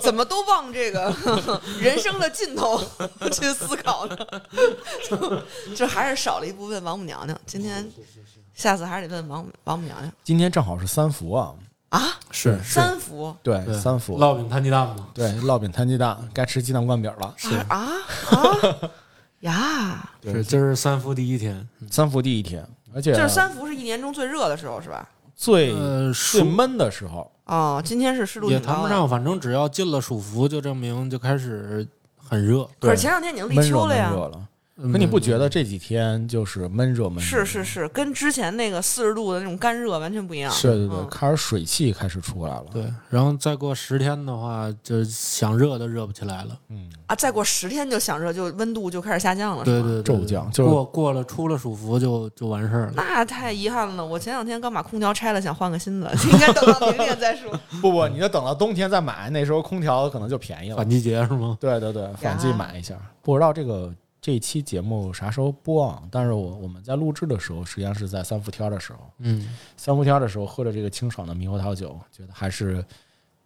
S3: 怎么都往这个 人生的尽头 去思考呢？ 就就还是少了一部分王母娘娘。今天下次还是得问王母王母娘娘
S1: 今天正好是三伏啊，
S3: 啊，
S2: 是是
S3: 三伏
S1: 对，
S2: 对
S1: 三伏，
S2: 烙饼摊鸡蛋嘛，
S1: 对，烙饼摊鸡蛋，该吃鸡蛋灌饼 了。
S3: 啊啊 呀！
S1: 对
S2: 是今儿三伏第一天，
S1: 三伏第一天，而且
S3: 这是三伏是一年中最热的时候是吧？
S1: 最
S2: 呃，暑
S1: 最闷的时候，
S3: 哦，今天是湿度
S2: 也
S3: 挺
S2: 谈
S3: 高
S1: 啊
S2: 不
S3: 的。
S2: 上，反正只要进了暑伏，就证明就开始很热。嗯
S3: 可
S1: 对
S3: 是前两天已经立
S1: 闷热
S3: 秋了
S1: 闷
S3: 呀，嗯
S1: 热了。
S2: 可
S1: 可你不觉得这几天就是闷热闷热？
S3: 是是是，跟之前那个四十度的那种干热完全不一样。
S1: 对对对，
S3: 嗯
S1: 开始水汽开始出来了。
S2: 对，然后再过十天的话，就想热都热不起来了。
S1: 嗯，
S3: 啊，再过十天就想热，就温度就开始下降了，
S2: 对
S3: 是吗？
S2: 对对，哎
S1: 骤降就是
S2: 啊过过了出了暑伏就就完事儿了。
S3: 那太遗憾了，我前两天刚把空调拆了，想换个新的，应该等到明年 再说。
S1: 不不，你就等到冬天再买，那时候空调可能就便宜了
S2: 反。季节是吗？
S1: 对对对，反季买一下。不知道这个这期节目啥时候播啊？但是我我们在录制的时候，实际上是在三伏天儿的时候。
S2: 嗯，
S1: 三伏天儿的时候喝着这个清爽的猕猴桃酒，觉得还是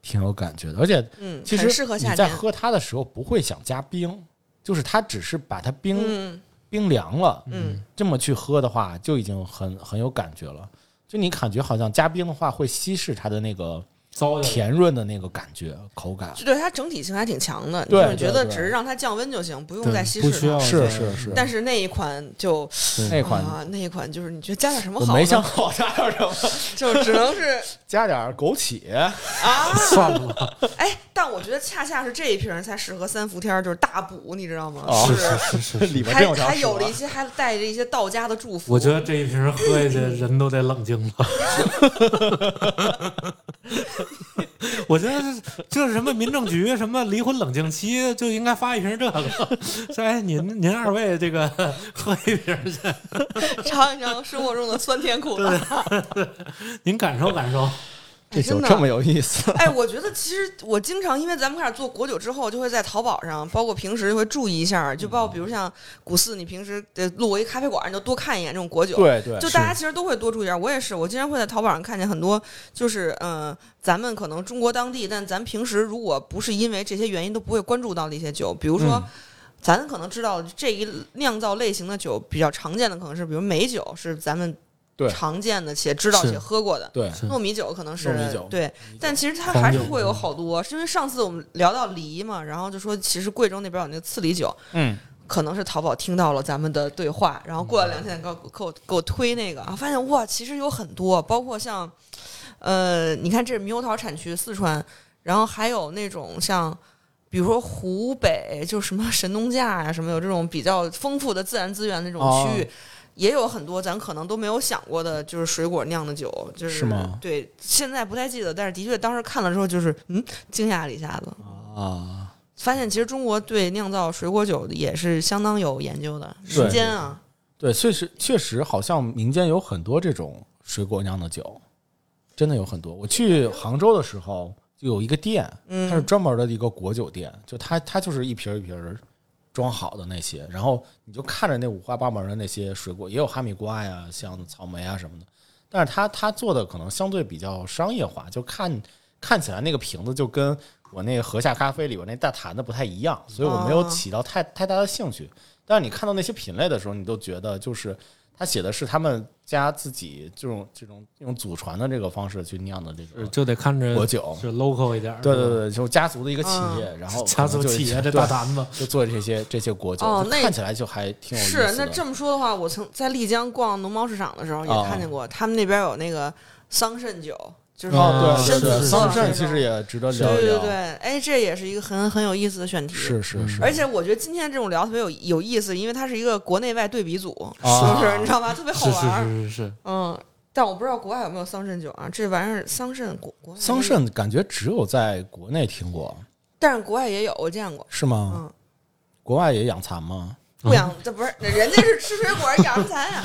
S1: 挺有感觉的。而且
S3: 嗯，
S1: 其实
S3: 很适合夏
S1: 你在
S3: 天。
S1: 喝它的时候不会想加冰，就是它只是把它冰、
S3: 嗯
S1: 冰凉了，
S3: 嗯，
S1: 这么去喝的话，就已经很很有感觉了。就你感觉好像加冰的话会稀释它的那个
S2: 糟践
S1: 甜润的那个感觉口感，
S3: 就对它整体性还挺强的，你
S1: 对
S3: 就是觉
S1: 对
S3: 得
S1: 对
S3: 只是让它降温就行，不用
S2: 对
S3: 再稀
S2: 不
S3: 释
S2: 需要
S3: 它。
S1: 是
S2: 再
S1: 是是
S3: 但是那一款就
S1: 那
S2: 哎
S1: 款
S3: 啊，那一款就是你觉得加点什么
S1: 我
S3: 好呢？
S1: 没想好加点什么，
S3: 就只能是
S1: 加点枸杞。
S3: 啊，
S2: 算了，
S3: 哎，但我觉得恰恰是这一瓶才适合三伏天儿，就是大补，你知道吗？
S1: 哦
S2: 是是是是。
S1: 里边
S3: 还
S1: 真有啊条
S3: 还
S1: 蛇
S3: 有了一些，还带着一些道家的祝 福。
S2: 我觉得这一瓶喝下去，人都得冷静了。 我觉得这这什么民政局什么离婚冷静期就应该发一瓶这个。 说哎，您您二位这个喝一瓶去，
S3: 尝一尝生活中的酸甜苦辣。
S2: 您感受感受。
S1: 这
S3: 哎
S1: 酒
S3: 真的
S1: 这么有意思。
S3: 哎，我觉得其实我经常，因为咱们开始做果酒之后，就会在淘宝上，包括平时就会注意一下，就包括
S1: 嗯
S3: 比如像古四，你平时得路过一咖啡馆，你就多看一眼这种果酒。
S1: 对对，
S3: 就大家其实都会多注意点儿，我也是，我经常会在淘宝上看见很多，就是嗯、呃咱们可能中国当地，但咱们平时如果不是因为这些原因，都不会关注到的一些酒，比如说。
S1: 嗯
S3: 咱可能知道这一酿造类型的酒比较常见的，可能是比如美酒是咱们
S1: 对
S3: 常见的且知道
S2: 是
S3: 且喝过的，
S1: 对
S2: 是
S3: 糯米酒可能是
S1: 糯米酒
S3: 对，但其实它
S2: 黄
S3: 还是
S2: 酒
S3: 会有好多，是因为上次我们聊到梨嘛，然后就说其实贵州那边有那个刺梨酒，
S1: 嗯，
S3: 可能是淘宝听到了咱们的对话，然后过了两天给我给我给我推那个，然后发现哇，其实有很多，包括像，呃，你看这是猕猴桃产区四川，然后还有那种像，比如说湖北，就什么神农架呀、什么有这种比较丰富的自然资源的这种区域。
S1: 哦
S3: 也有很多咱可能都没有想过的，就是水果酿的酒，就是
S1: 是吗
S3: 对，现在不太记得，但是的确当时看了之后，就是嗯，惊讶了一下子。
S1: 啊，
S3: 发现其实中国对酿造水果酒也是相当有研究的，
S1: 对
S3: 时间啊，
S1: 对，确实确实好像民间有很多这种水果酿的酒，真的有很多。我去杭州的时候就有一个店，它是
S3: 嗯，
S1: 专门的一个果酒店，就它它就是一瓶儿一瓶儿装好的那些，然后你就看着那五花八门的那些水果，也有哈密瓜呀、像草莓啊什么的，但是它它做的可能相对比较商业化，就看看起来那个瓶子就跟我那个禾下咖啡里边那大坛子不太一样，所以我没有
S3: 哦
S1: 起到太太大的兴趣。但是你看到那些品类的时候，你都觉得就是它写的是他们家自己这种这种用祖传的这个方式去酿的这种
S2: 呃就得看着
S1: 果酒。
S2: 是 local 一点儿。
S1: 对对
S2: 是吧，
S1: 对，就是家族的一个企业，
S3: 嗯
S1: 然后
S2: 家族
S1: 可能就
S2: 企业这
S1: 对
S2: 大坛子，
S1: 就做这些这些果酒，
S3: 哦
S1: 就
S3: 那
S1: 看起来就还挺有意思的。
S3: 是。那这么说的话，我曾在丽江逛农贸市场的时候也
S1: 哦
S3: 看见过，他们那边有那个桑葚酒，就是
S1: 哦，对
S3: 深
S1: 对
S3: 紫
S1: 对，
S3: 色
S1: 桑
S3: 的那
S1: 葚其
S3: 种
S1: 实也值得
S3: 对
S1: 聊一
S3: 对
S1: 聊，
S3: 对，哎，这也是一个很很有意思的选题。
S1: 是是是，
S3: 而且我觉得今天这种聊特别有有意思，因为它是一个国内外对比组，
S1: 啊
S3: 就是你知道吧，特别好
S2: 是
S3: 玩儿。
S2: 是是是是，
S3: 嗯，但我不知道国外有没有桑葚酒啊，这玩意儿桑葚国国外
S1: 桑
S3: 也有，
S1: 葚感觉只有在国内听过，
S2: 啊
S3: 但是国外也有，我见过。
S1: 是吗？
S3: 嗯，
S1: 国外也养蚕吗？
S3: 不养，这不是人家是吃水果养什么蚕呀？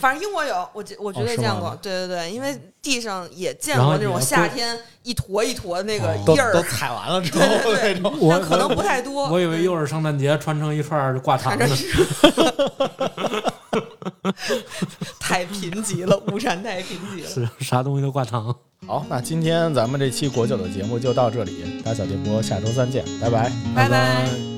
S3: 反正英国有，我记我绝对
S2: 哦是
S3: 见
S2: 吗
S3: 过，对对对，因为地上也见
S2: 然后
S3: 过那
S2: 也
S3: 种
S2: 会
S3: 夏天一坨一坨的那个
S2: 哦
S1: 都
S3: 印儿
S1: 都，踩完了之后
S3: 对 对
S1: 那种，
S2: 我
S3: 但可能不太多。
S2: 我以为又是圣诞节穿成一串儿挂
S3: 反
S2: 糖
S3: 正
S2: 的，
S3: 是太贫瘠了，物产太贫瘠 了。
S2: 是啥东西都挂糖。
S1: 好，那今天咱们这期国酒的节目就到这里，打小电波，下周三见，拜拜。
S3: 拜拜
S2: 拜